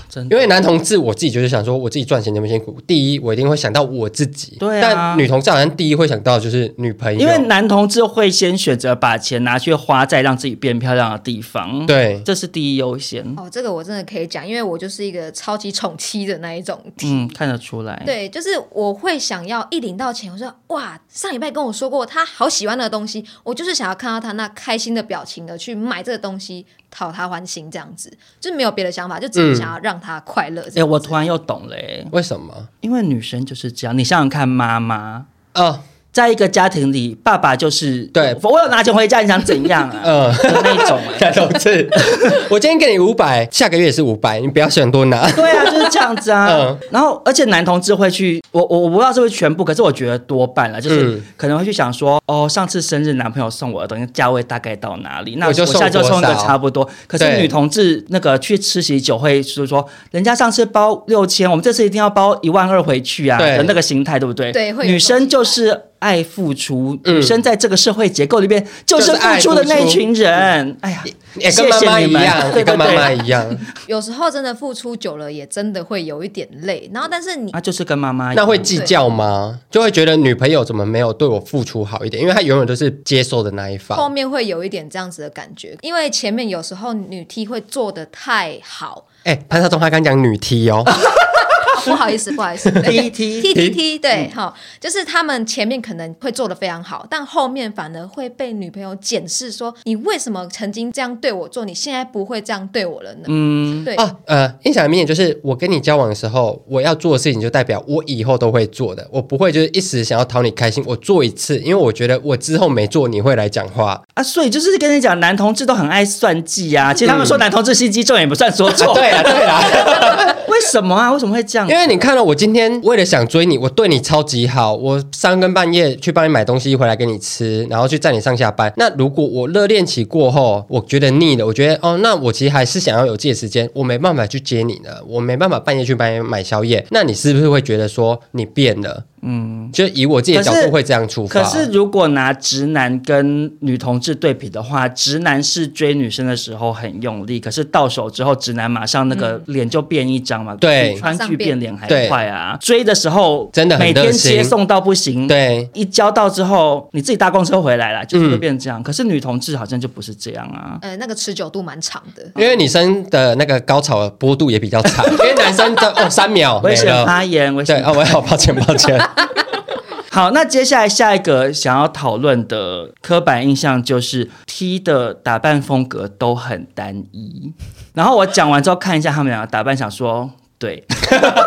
S3: 真的
S2: 因为男同志，我自己就是想说，我自己赚钱那么辛苦，第一我一定会想到我自己，
S3: 对啊
S2: 但女同志好像第一会想到就是女朋友，
S3: 因为男同志会先选择把钱拿去花在让自己变漂亮的地方，，
S2: 对
S3: 这是第一优先。
S4: 哦，这个我真的可以讲，因为我就是一个超级宠妻的那一种 T。
S3: 嗯，看得出来。，
S4: 对，就是我会想要一领到钱，我说哇，上礼拜跟我说过他好喜欢的东西，我就是想要看到他那开心的表情而去买这个东西，讨他欢心这样子，就没有别的想法，就只是想要让他快乐。
S3: 嗯哎、我突然又懂了、欸，
S2: 为什么？
S3: 因为女生就是这样。你想想看，妈妈
S2: 啊，
S3: 在一个家庭里，爸爸就是
S2: 对
S3: 我有拿钱回家，你想怎 样啊？
S2: 嗯、
S3: 的那种、欸，
S2: 男同志， 我今天给你五百，下个月也是五百，你不要想多拿。
S3: 对啊，就是这样子啊。
S2: 嗯
S3: 然后，而且男同志会去，我我我不知道是不是全部，可是我觉得多半了，就是
S2: 嗯
S3: 可能会去想说，哦，上次生日男朋友送我的东西价位大概到哪里？那
S2: 我就送
S3: 下次就送一个
S2: 多少
S3: 差不多。可是
S2: 对
S3: 女同志那个去吃喜酒会是说，人家上次包六千，我们这次一定要包一万二回去啊
S2: 对
S3: 的那个心态，对不对？
S4: 对会有
S3: 女生
S4: 这种
S3: 就是。爱付出，
S2: 嗯
S3: 女生在这个社会结构里边就是
S2: 就是爱
S3: 付出的那一
S2: 付出
S3: 群人。哎呀，
S2: 也跟妈妈
S3: 谢谢
S2: 一
S3: 你们
S2: 样，
S3: 对
S2: 也跟
S3: 对
S2: 妈
S3: 对
S2: 妈一样，
S4: 有时候真的付出久了，也真的会有一点累。然后，但是你
S3: 那就是跟妈妈一样。
S2: 那会计较吗？就会觉得女朋友怎么没有对我付出好一点？因为她永远都是接受的那一
S4: 后
S2: 方。
S4: 面会有一点这样子的感觉，因为前面有时候女 T 会做的太好，
S2: 哎、潘少忠他刚讲女 T 哦，
S4: 不好意思，不好意思
S3: T T
S4: T T T，对，好，就是他们前面可能会做的非常好，但后面反而会被女朋友检视说，你为什么曾经这样对我做，你现在不会这样对我了呢？嗯，对，
S2: 啊，呃，印象里面就是我跟你交往的时候，我要做的事情就代表我以后都会做的，我不会就是一时想要讨你开心，我做一次，因为我觉得我之后没做你会来讲话。
S3: 啊，所以就是跟你讲，男同志都很爱算计啊。其实他们说男同志心机重也不算说错，
S2: 嗯对啦对 啦，
S3: 为什么啊？为什么会这样
S2: 因？为你看到我今天为了想追你，我对你超级好，我三更半夜去帮你买东西回来给你吃，然后去载你上下班。那如果我热恋期过后，我觉得腻了，我觉得哦，那我其实还是想要有自己的时间，我没办法去接你了，我没办法半夜去帮你买宵夜，那你是不是会觉得说你变了？嗯，就以我自己的角
S3: 可是
S2: 度会这样出发。
S3: 可是如果拿直男跟女同志对比的话，直男是追女生的时候很用力，可是到手之后，直男马上那个脸就变一张嘛，
S2: 嗯对
S3: 比川剧变脸还
S2: 对
S3: 快啊！追的时候
S2: 真的很
S3: 每
S2: 热
S3: 天
S2: 心
S3: 接送到不行，。
S2: 对，
S3: 一交到之后，你自己搭公车回来了，就是会
S2: 嗯
S3: 变这样。可是女同志好像就不是这样啊。
S4: 呃，那个持久度蛮长的。
S2: 因为女生的那个高潮的波度也比较 长，因为男生的哦三秒
S3: 危
S2: 没
S3: 险
S2: 了。
S3: 发言，危
S2: 对
S3: 险
S2: 啊，我好抱歉抱歉。
S3: 好，那接下来下一个想要讨论的刻板印象就是 T 的打扮风格都很单一。然后我讲完之后看一下他们两个打扮，想说。对，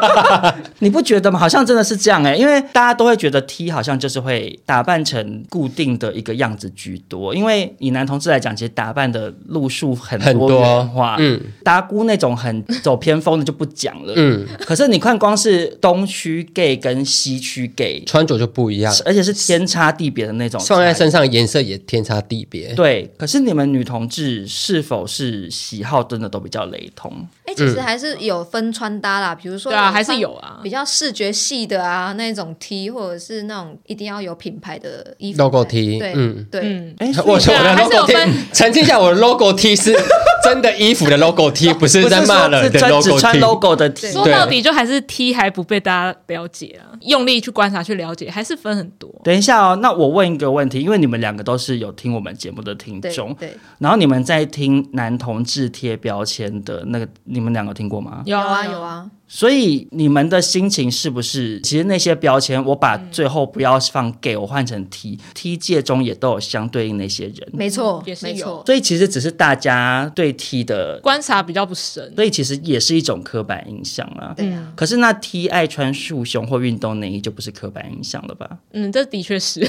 S3: 你不觉得吗？好像真的是这样哎、因为大家都会觉得 T 好像就是会打扮成固定的一个样子居多，因为以男同志来讲，其实打扮的路数很
S2: 很
S3: 多
S2: 多
S3: 元化，
S2: 嗯
S3: 达姑那种很走偏锋的就不讲了，
S2: 嗯，
S3: 可是你看，光是东区 gay 跟西区 gay，
S2: 穿着就不一样，
S3: 而且是天差地别的那种差异，
S2: 放在身上的颜色也天差地别。
S3: 对，可是你们女同志是否是喜好真的都比较雷同？
S4: 哎，其实还是有分穿搭啦，比如说
S5: 对啊
S4: 穿
S5: 还是有啊
S4: 比较视觉系的啊，那种 T 或者是那种一定要有品牌的衣服
S2: logo
S4: 在
S2: T，
S4: 对，
S2: 嗯
S4: 对，
S5: 嗯，
S3: 哎，
S2: 我说我的
S5: 还是
S2: logo
S5: 有
S2: T，
S5: 分
S2: 澄清一下，我的 logo T 是真的衣服的 logo T，不是
S3: 不
S2: 在
S3: 是
S2: 骂
S3: 说
S2: 人
S3: 是
S2: 的
S3: 穿
S2: logo
S3: 只
S2: T
S3: 穿。logo 的 T，
S4: 对
S5: 说到底就还是 T 还不被大家了解啊，用力去观察去了解，还是分很多。
S3: 等一下哦，那我问一个问题，因为你们两个都是有听我们节目的听
S4: 对
S3: 众，
S4: 对，
S3: 然后你们在听男同志贴标签的那个，你们两个听过吗？
S5: 有
S4: 有啊有，啊，
S3: 所以你们的心情是不是？其实那些标签，我把
S4: 嗯
S3: 最后不要放 gay，我换成 T，T 界中也都有相对应那些人。
S4: 没错，
S5: 嗯也是
S4: 没
S5: 有
S4: 错。
S3: 所以其实只是大家对 T 的，
S5: 观察比较不深，啊
S3: 所以其实也是一种刻板印象啦。
S4: 对
S5: 嗯
S4: 啊，
S3: 可是那 T 爱穿束胸或运动内衣就不是刻板印象了吧？
S5: 嗯，这的确 是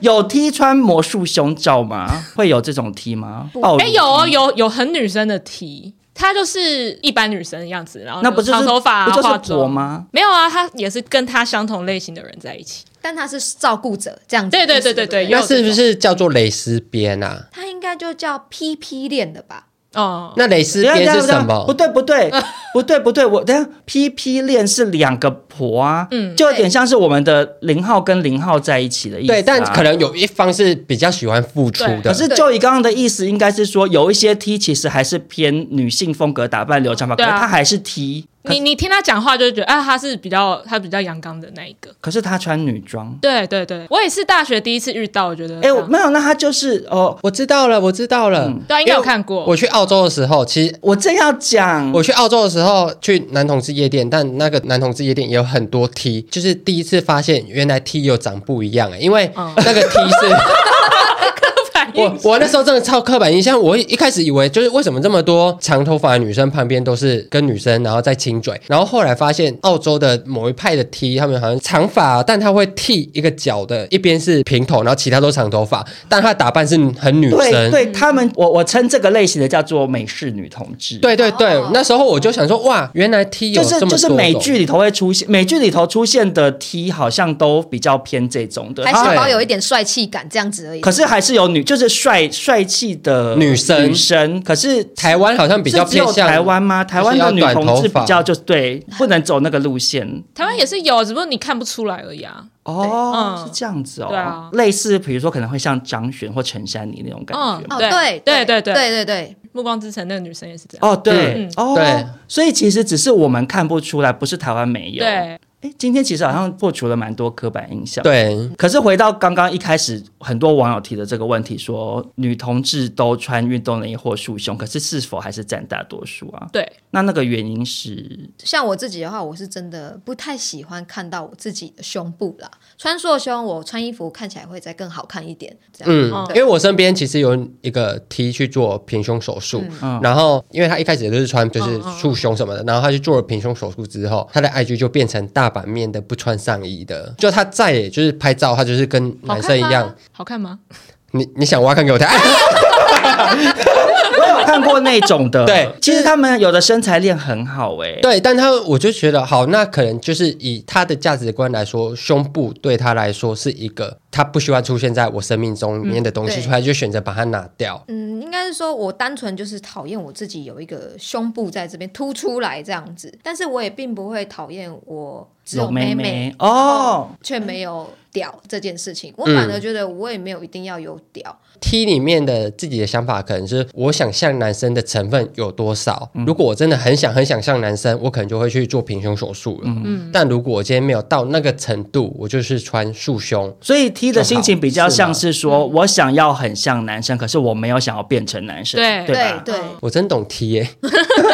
S3: 有 T 穿魔术胸罩吗？会有这种 T 吗？暴
S5: 哎、
S3: 露 T
S5: 有哦，。有有很女生的题，她就是一般女生的样子，然后
S3: 那不就是
S5: 长头发、啊、
S3: 不
S5: 化
S3: 就是婆
S5: 妆？
S3: 吗？
S5: 没有啊，她也是跟她相同类型的人在一起。
S4: 但他是照顾者这样子。
S5: 对
S4: 意
S5: 对对
S4: 思
S5: 对
S4: 不
S5: 对有
S2: 那是不是叫做蕾丝边啊？
S4: 他应该就叫 PP 恋的吧？
S5: 哦，
S2: 那蕾丝
S3: 等一
S2: 边
S3: 下
S2: 是
S3: 等一下
S2: 什么
S3: 不？对不对不对不对，我等一下 P P 恋是两个婆啊，嗯，就有点像是我们的零号跟零号在一起的意思、啊。
S2: 对，但可能有一方是比较喜欢付出
S5: 对
S2: 的，
S5: 可
S3: 可是就以刚刚的意思，应该是说有一些 T 其实还是偏女性风格打扮、留长发，可
S5: 对
S3: 是
S5: 啊
S3: 他还是 T，可
S5: 你你听她讲话就会觉得啊，她是比较她比较阳刚的那一个。
S3: 可是他穿女装。
S5: 对对对，我也是大学第一次遇到，我觉得
S3: 哎、我
S5: 啊
S3: 没有，那他就是哦，
S2: 我知道了，我知道
S3: 嗯
S2: 了。
S5: 对啊，应该有看
S2: 我
S5: 过。
S2: 我去澳洲的时候，其实
S3: 我正要讲，
S2: 我去澳洲的时候去男同志夜店，但那个男同志夜店也有很多 T，就是第一次发现原来 T 又长不一样、欸，因为那个 T 是、
S5: 反应
S2: 我我那时候真的超刻板印象，我一开始以为就是为什么这么多长头发的女生旁边都是跟女生，然后再亲嘴，然后后来发现澳洲的某一派的 T，他们好像长发，但他会剃一个角的，一边是平头，然后其他都长头发，但他打扮是很女
S3: 对
S2: 生。
S3: 对，他们我我称这个类型的叫做美式女同志。。
S2: 对对对
S4: 哦
S2: 那时候我就想说，哇，原来 T 有
S3: 就
S2: 这么
S3: 是
S2: 多
S3: 就是美
S2: 种
S3: 剧里头会出现，美剧里头出现的 T 好像都比较偏这种的，
S4: 还
S3: 然后
S4: 小包有一点帅气感这样子而已。
S3: 可是还是有女，就是帅帅气的
S2: 女生
S3: 女生。可是
S2: 台湾好像 比较
S3: 是只有
S2: 偏向
S3: 台湾吗？台湾的女同志比
S2: 就是要
S3: 较就对，不能走那个路线。
S5: 台湾也是有，只不过你看不出来而已啊。
S3: 哦，
S5: 嗯
S3: 是这样子哦，
S5: 对啊
S3: 类似比如说可能会像张悬或陈珊妮那种感觉。
S4: 哦，
S5: 对
S4: 对
S5: 对对
S4: 对
S5: 对
S4: 对对
S5: 《暮光之城》那个女生也是这样。
S3: 哦，对
S5: 嗯，
S3: 哦，
S2: 对，
S3: 所以其实只是我们看不出来，不是台湾没有。，
S5: 对，
S3: 哎，今天其实好像破除了蛮多刻板印象。，
S2: 对。
S3: 可是回到刚刚一开始，很多网友提的这个问题说，女同志都穿运动内衣或束胸，可是是否还是占大多数啊？
S5: 对，
S3: 那那个原因是，
S4: 像我自己的话，我是真的不太喜欢看到我自己的胸部啦。穿塑胸，我穿衣服看起来会再更好看一点。这样，
S2: 嗯
S5: 嗯，
S2: 因为我身边其实有一个 T 去做平胸手术，
S3: 嗯
S2: 然后因为他一开始就是穿就是束胸什么的，然后他去做了平胸手术之后，他的 IG 就变成大版面的不穿上衣的，就他再也就是拍照，他就是跟
S5: 好
S2: 男
S5: 看
S2: 生一
S3: 哦
S5: 吗
S2: 样，
S5: 好看吗？
S2: 你你想挖看给我看，哎
S3: 我有看过那种的。
S2: 对
S3: 其实他们有的身材练很好哎、
S2: 对，但他我就觉得好，那可能就是以他的价值观来说，胸部对他来说是一个他不希望出现在我生命中
S3: 嗯
S2: 里面的东西，
S4: 对
S2: 所以他就选择把它拿掉。
S4: 嗯，应该是说我单纯就是讨厌我自己有一个胸部在这边凸出来这样子，但是我也并不会讨厌我只有
S3: 有妹
S4: 妹
S3: 妹
S4: 然后
S3: 哦
S4: 却没有屌这件事情。我
S2: 嗯
S4: 反而觉得我也没有一定要有屌，
S2: T 里面的自己的想法可能是我想像男生的成分有多少。
S3: 嗯
S2: 如果我真的很想很想像男生，我可能就会去做平胸手术了。
S3: 嗯
S2: 但如果我今天没有到那个程度，我就是穿束胸。
S3: 所以 T 的心情比较像是说，
S4: 是
S3: 我想要很像男生，可是我没有想要变成男生，
S5: 对
S3: 对吧？
S4: 对。
S2: 我真懂 T 耶、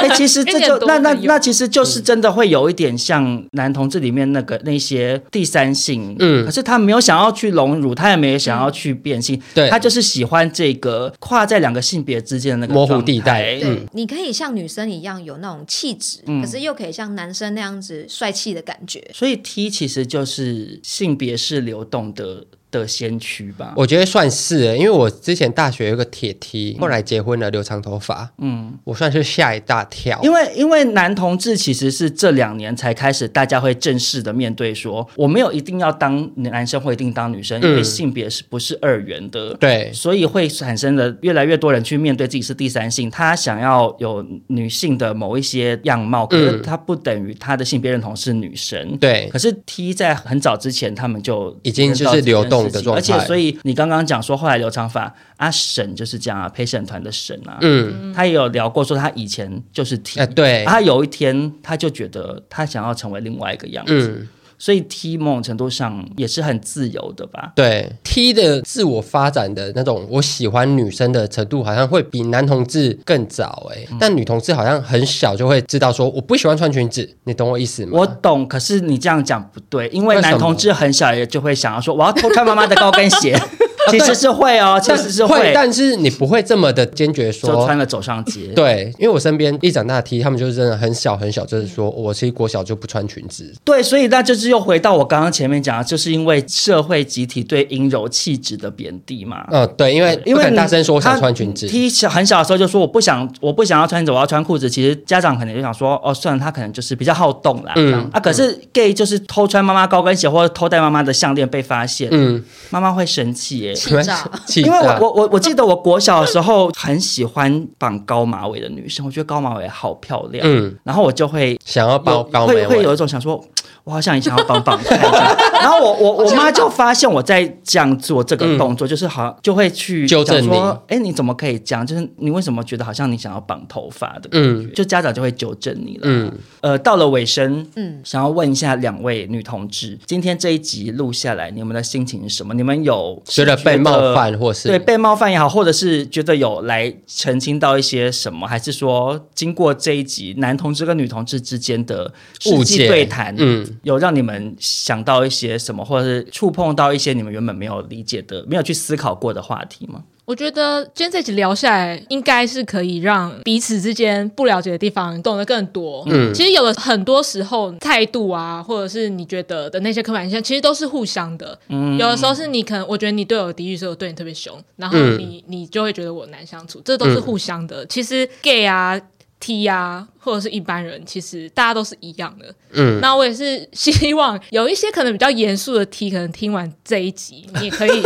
S3: 哎、其实这
S5: 一
S3: 就
S5: 点都
S3: 那
S5: 没
S3: 那
S5: 有
S3: 那其实
S2: 嗯
S3: 就是真的会有一点像男同志里面那个那些第三性，
S2: 嗯
S3: 可是他没有想要去荣辱，他也没有想要去变性，
S2: 对
S3: 他就是喜欢这个跨在两个性别之间的那个
S2: 模糊
S3: 状
S2: 地带
S3: 态
S2: 嗯
S4: 对，你可以像女生一样有那种气质，可是又可以像男生那样子帅气的感觉。
S3: 所以 T 其实就是性别是流动的的先驱吧。
S2: 我觉得算是耶，因为我之前大学有个铁 T，后来结婚了，留长头发。嗯，我算是吓一大跳。
S3: 因为因为男同志其实是这两年才开始，大家会正式的面对说，我没有一定要当男生或一定当女生，因为
S2: 嗯
S3: 性别是不是二元的？
S2: 对
S3: 所以会产生的越来越多人去面对自己是第三性，他想要有女性的某一些样貌，可是
S2: 嗯
S3: 他不等于他的性别认同是女生。
S2: 对
S3: 可，是 T 在很早之前，他们就
S2: 已经
S3: 知
S2: 就是
S3: 道这件
S2: 流
S3: 事情
S2: 动的
S3: 而
S2: 状态
S3: 且所以你刚刚讲说后来留长发，啊沈就是这样啊，陪审团的沈啊，
S2: 嗯，
S3: 他也有聊过说他以前就是 T，、啊
S2: 哎、对，
S3: 他有一天他就觉得他想要成为另外一个样子，
S2: 嗯，
S3: 所以 T 某种程度上也是很自由的吧？
S2: 对 T 的自我发展的那种，我喜欢女生的程度好像会比男同志更早哎、
S3: 嗯
S2: 但女同志好像很小就会知道说我不喜欢穿裙子，你懂我意思吗？
S3: 我懂，可是你这样讲不对，因
S2: 嗯为
S3: 为
S2: 什么
S3: 男同志很小也就会想要说我要偷看妈妈的高跟鞋， 其实是会哦，其
S2: 但
S3: 实是
S2: 会，但是你不会这么的坚决说
S3: 就穿了走上街。
S2: 对，因为我身边一长大的 T，他们就是真的很小很小，就是说我其实国小就不穿裙子。
S3: 对，所以那就是又回到我刚刚前面讲的，就是因为社会集体对阴柔气质的贬低嘛。
S2: 嗯，对，因为
S3: 因
S2: 不
S3: 为
S2: 敢
S3: 你
S2: 大声说我想
S3: 他
S2: 穿裙子。
S3: T 小很小的时候就说我不想，我不想要穿着，我要穿裤子。其实家长可能就想说，哦，算了，他可能就是比较好动啦。
S2: 嗯
S3: 这样啊，可是 gay 就是偷穿妈妈高跟鞋或者偷戴妈妈的项链被发现，
S2: 嗯，
S3: 妈妈会生气耶、
S4: 气炸，
S2: 气啊
S3: 因为我
S2: 炸。
S3: 我我我记得我国小的时候很喜欢绑高马尾的女生，我觉得高马尾好漂亮，
S2: 嗯
S3: 然后我就会
S2: 想要包
S3: 有
S2: 高
S3: 会
S2: 眉
S3: 会有
S2: 尾，
S3: 一种想说，我好像也想要绑绑看这样。 然后我我我妈就发现我在这样做这个动作，就是好像就会去
S2: 纠正
S3: 讲
S2: 你
S3: 说，哎，你怎么可以这样？就是你为什么觉得好像你想要绑头发的感觉？
S2: 嗯
S3: 就家长就会纠正你了。
S2: 嗯
S3: 呃，到了尾声，
S4: 嗯
S3: 想要问一下两位女同志，今天这一集录下来，你们的心情是什么？你们有
S2: 觉得被冒犯或是
S3: 对被冒犯也好，或者是觉得有来澄清到一些什么，还是说经过这一集男同志跟女同志之间的实际
S2: 误解
S3: 对谈，
S2: 嗯，
S3: 有让你们想到一些什么，或者是触碰到一些你们原本没有理解的、没有去思考过的话题 吗？
S5: 我觉得今天这集聊下来，应该是可以让彼此之间不了解的地方懂得更多。嗯，其实有的很多时候态度啊，或者是你觉得的那些刻板印象，其实都是互相的。嗯，有的时候是你可能我觉得你对我有敌意，所以我对你特别凶，然后你、你就会觉得我难相处，这都是互相的。其实 gay 啊。T 啊，或者是一般人，其实大家都是一样的。
S2: 嗯，
S5: 那我也是希望有一些可能比较严肃的 T，可能听完这一集，你也可以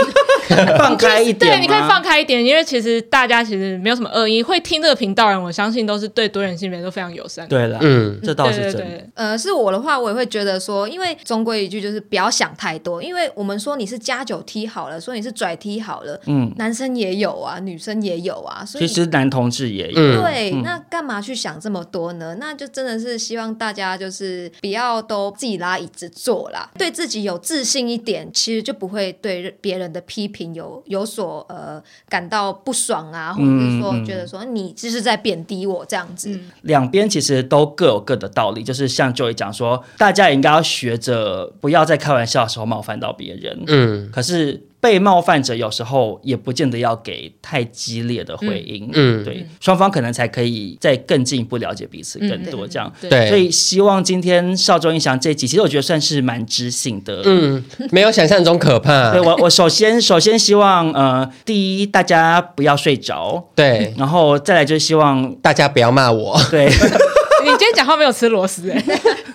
S3: 放开一点吗，
S5: 对，你可以放开一点，因为其实大家其实没有什么恶意，会听这个频道的人，我相信都是对多元性别都非常友善。
S3: 对了，
S2: 嗯，
S3: 这倒是
S5: 对
S3: 真的。
S5: 对对，
S4: 呃，是我的话，我也会觉得说，因为终归一句就是不要想太多，因为我们说你是加九 T 好了，说你是拽 T 好了，
S3: 嗯
S4: 男生也有啊，女生也有啊，所以
S3: 其实男同志也有，
S2: 嗯
S4: 对，那干嘛去想这么多呢？那就真的是希望大家就是不要都自己拉椅子坐啦，对自己有自信一点，其实就不会对别人的批评有有所呃感到不爽啊，或者是说觉得说你就是在贬低我这样子。
S3: 两边其实都各有各的道理，就是像 Joy 讲说，大家也应该要学着不要在开玩笑的时候冒犯到别人。
S2: 嗯
S3: 可是被冒犯者有时候也不见得要给太激烈的回应，
S2: 嗯嗯
S3: 对，双方可能才可以再更进一步了解彼此更多这样。
S5: 对
S2: 对，
S3: 所以希望今天少中印象这一集，其实我觉得算是蛮知性的。
S2: 嗯，没有想象中可怕
S3: 对。我，我首先首先希望，呃，第一大家不要睡着，
S2: 对，
S3: 然后再来就是希望，
S2: 大家不要骂我，
S3: 对，
S5: 你今天讲话没有吃螺丝哎、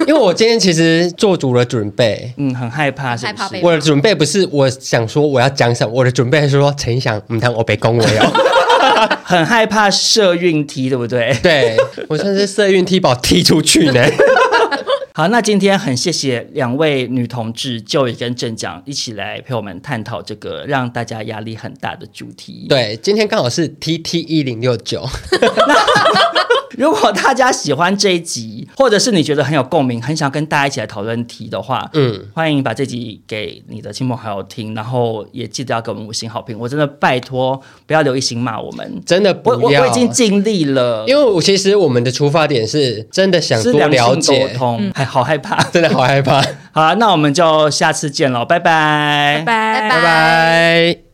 S2: 因为我今天其实做足了准备。
S3: 嗯，很害怕，是不
S4: 害怕
S3: 是？
S4: 被
S2: 我的准备不是我想说我要讲什么，我的准备是说陈翔，嗯，他我被哦攻我哟。
S3: 很害怕社运题，对不对？
S2: 对我算是社运踢宝踢出去 呢。
S3: 好，那今天很谢谢两位女同志就也跟正讲一起来陪我们探讨这个让大家压力很大的主题。，
S2: 对，今天刚好是 T T 一零六九，
S3: 如果大家喜欢这一集，或者是你觉得很有共鸣，很想跟大家一起来讨论题的话，
S2: 嗯，
S3: 欢迎把这集给你的亲朋好友听，然后也记得要给我们五星好评。我真的拜托不要留一星骂我们，
S2: 真的
S3: 我
S2: 不
S3: 我
S2: 要，
S3: 我已经尽力了，
S2: 因为我其实我们的出发点是真的想
S3: 是
S2: 多
S3: 良
S2: 了
S3: 性沟
S2: 解，
S3: 通，还好害怕。
S2: 真 的好害怕。
S3: 好，那我们就下次见喽，拜拜，
S5: 拜
S4: 拜
S2: 拜拜。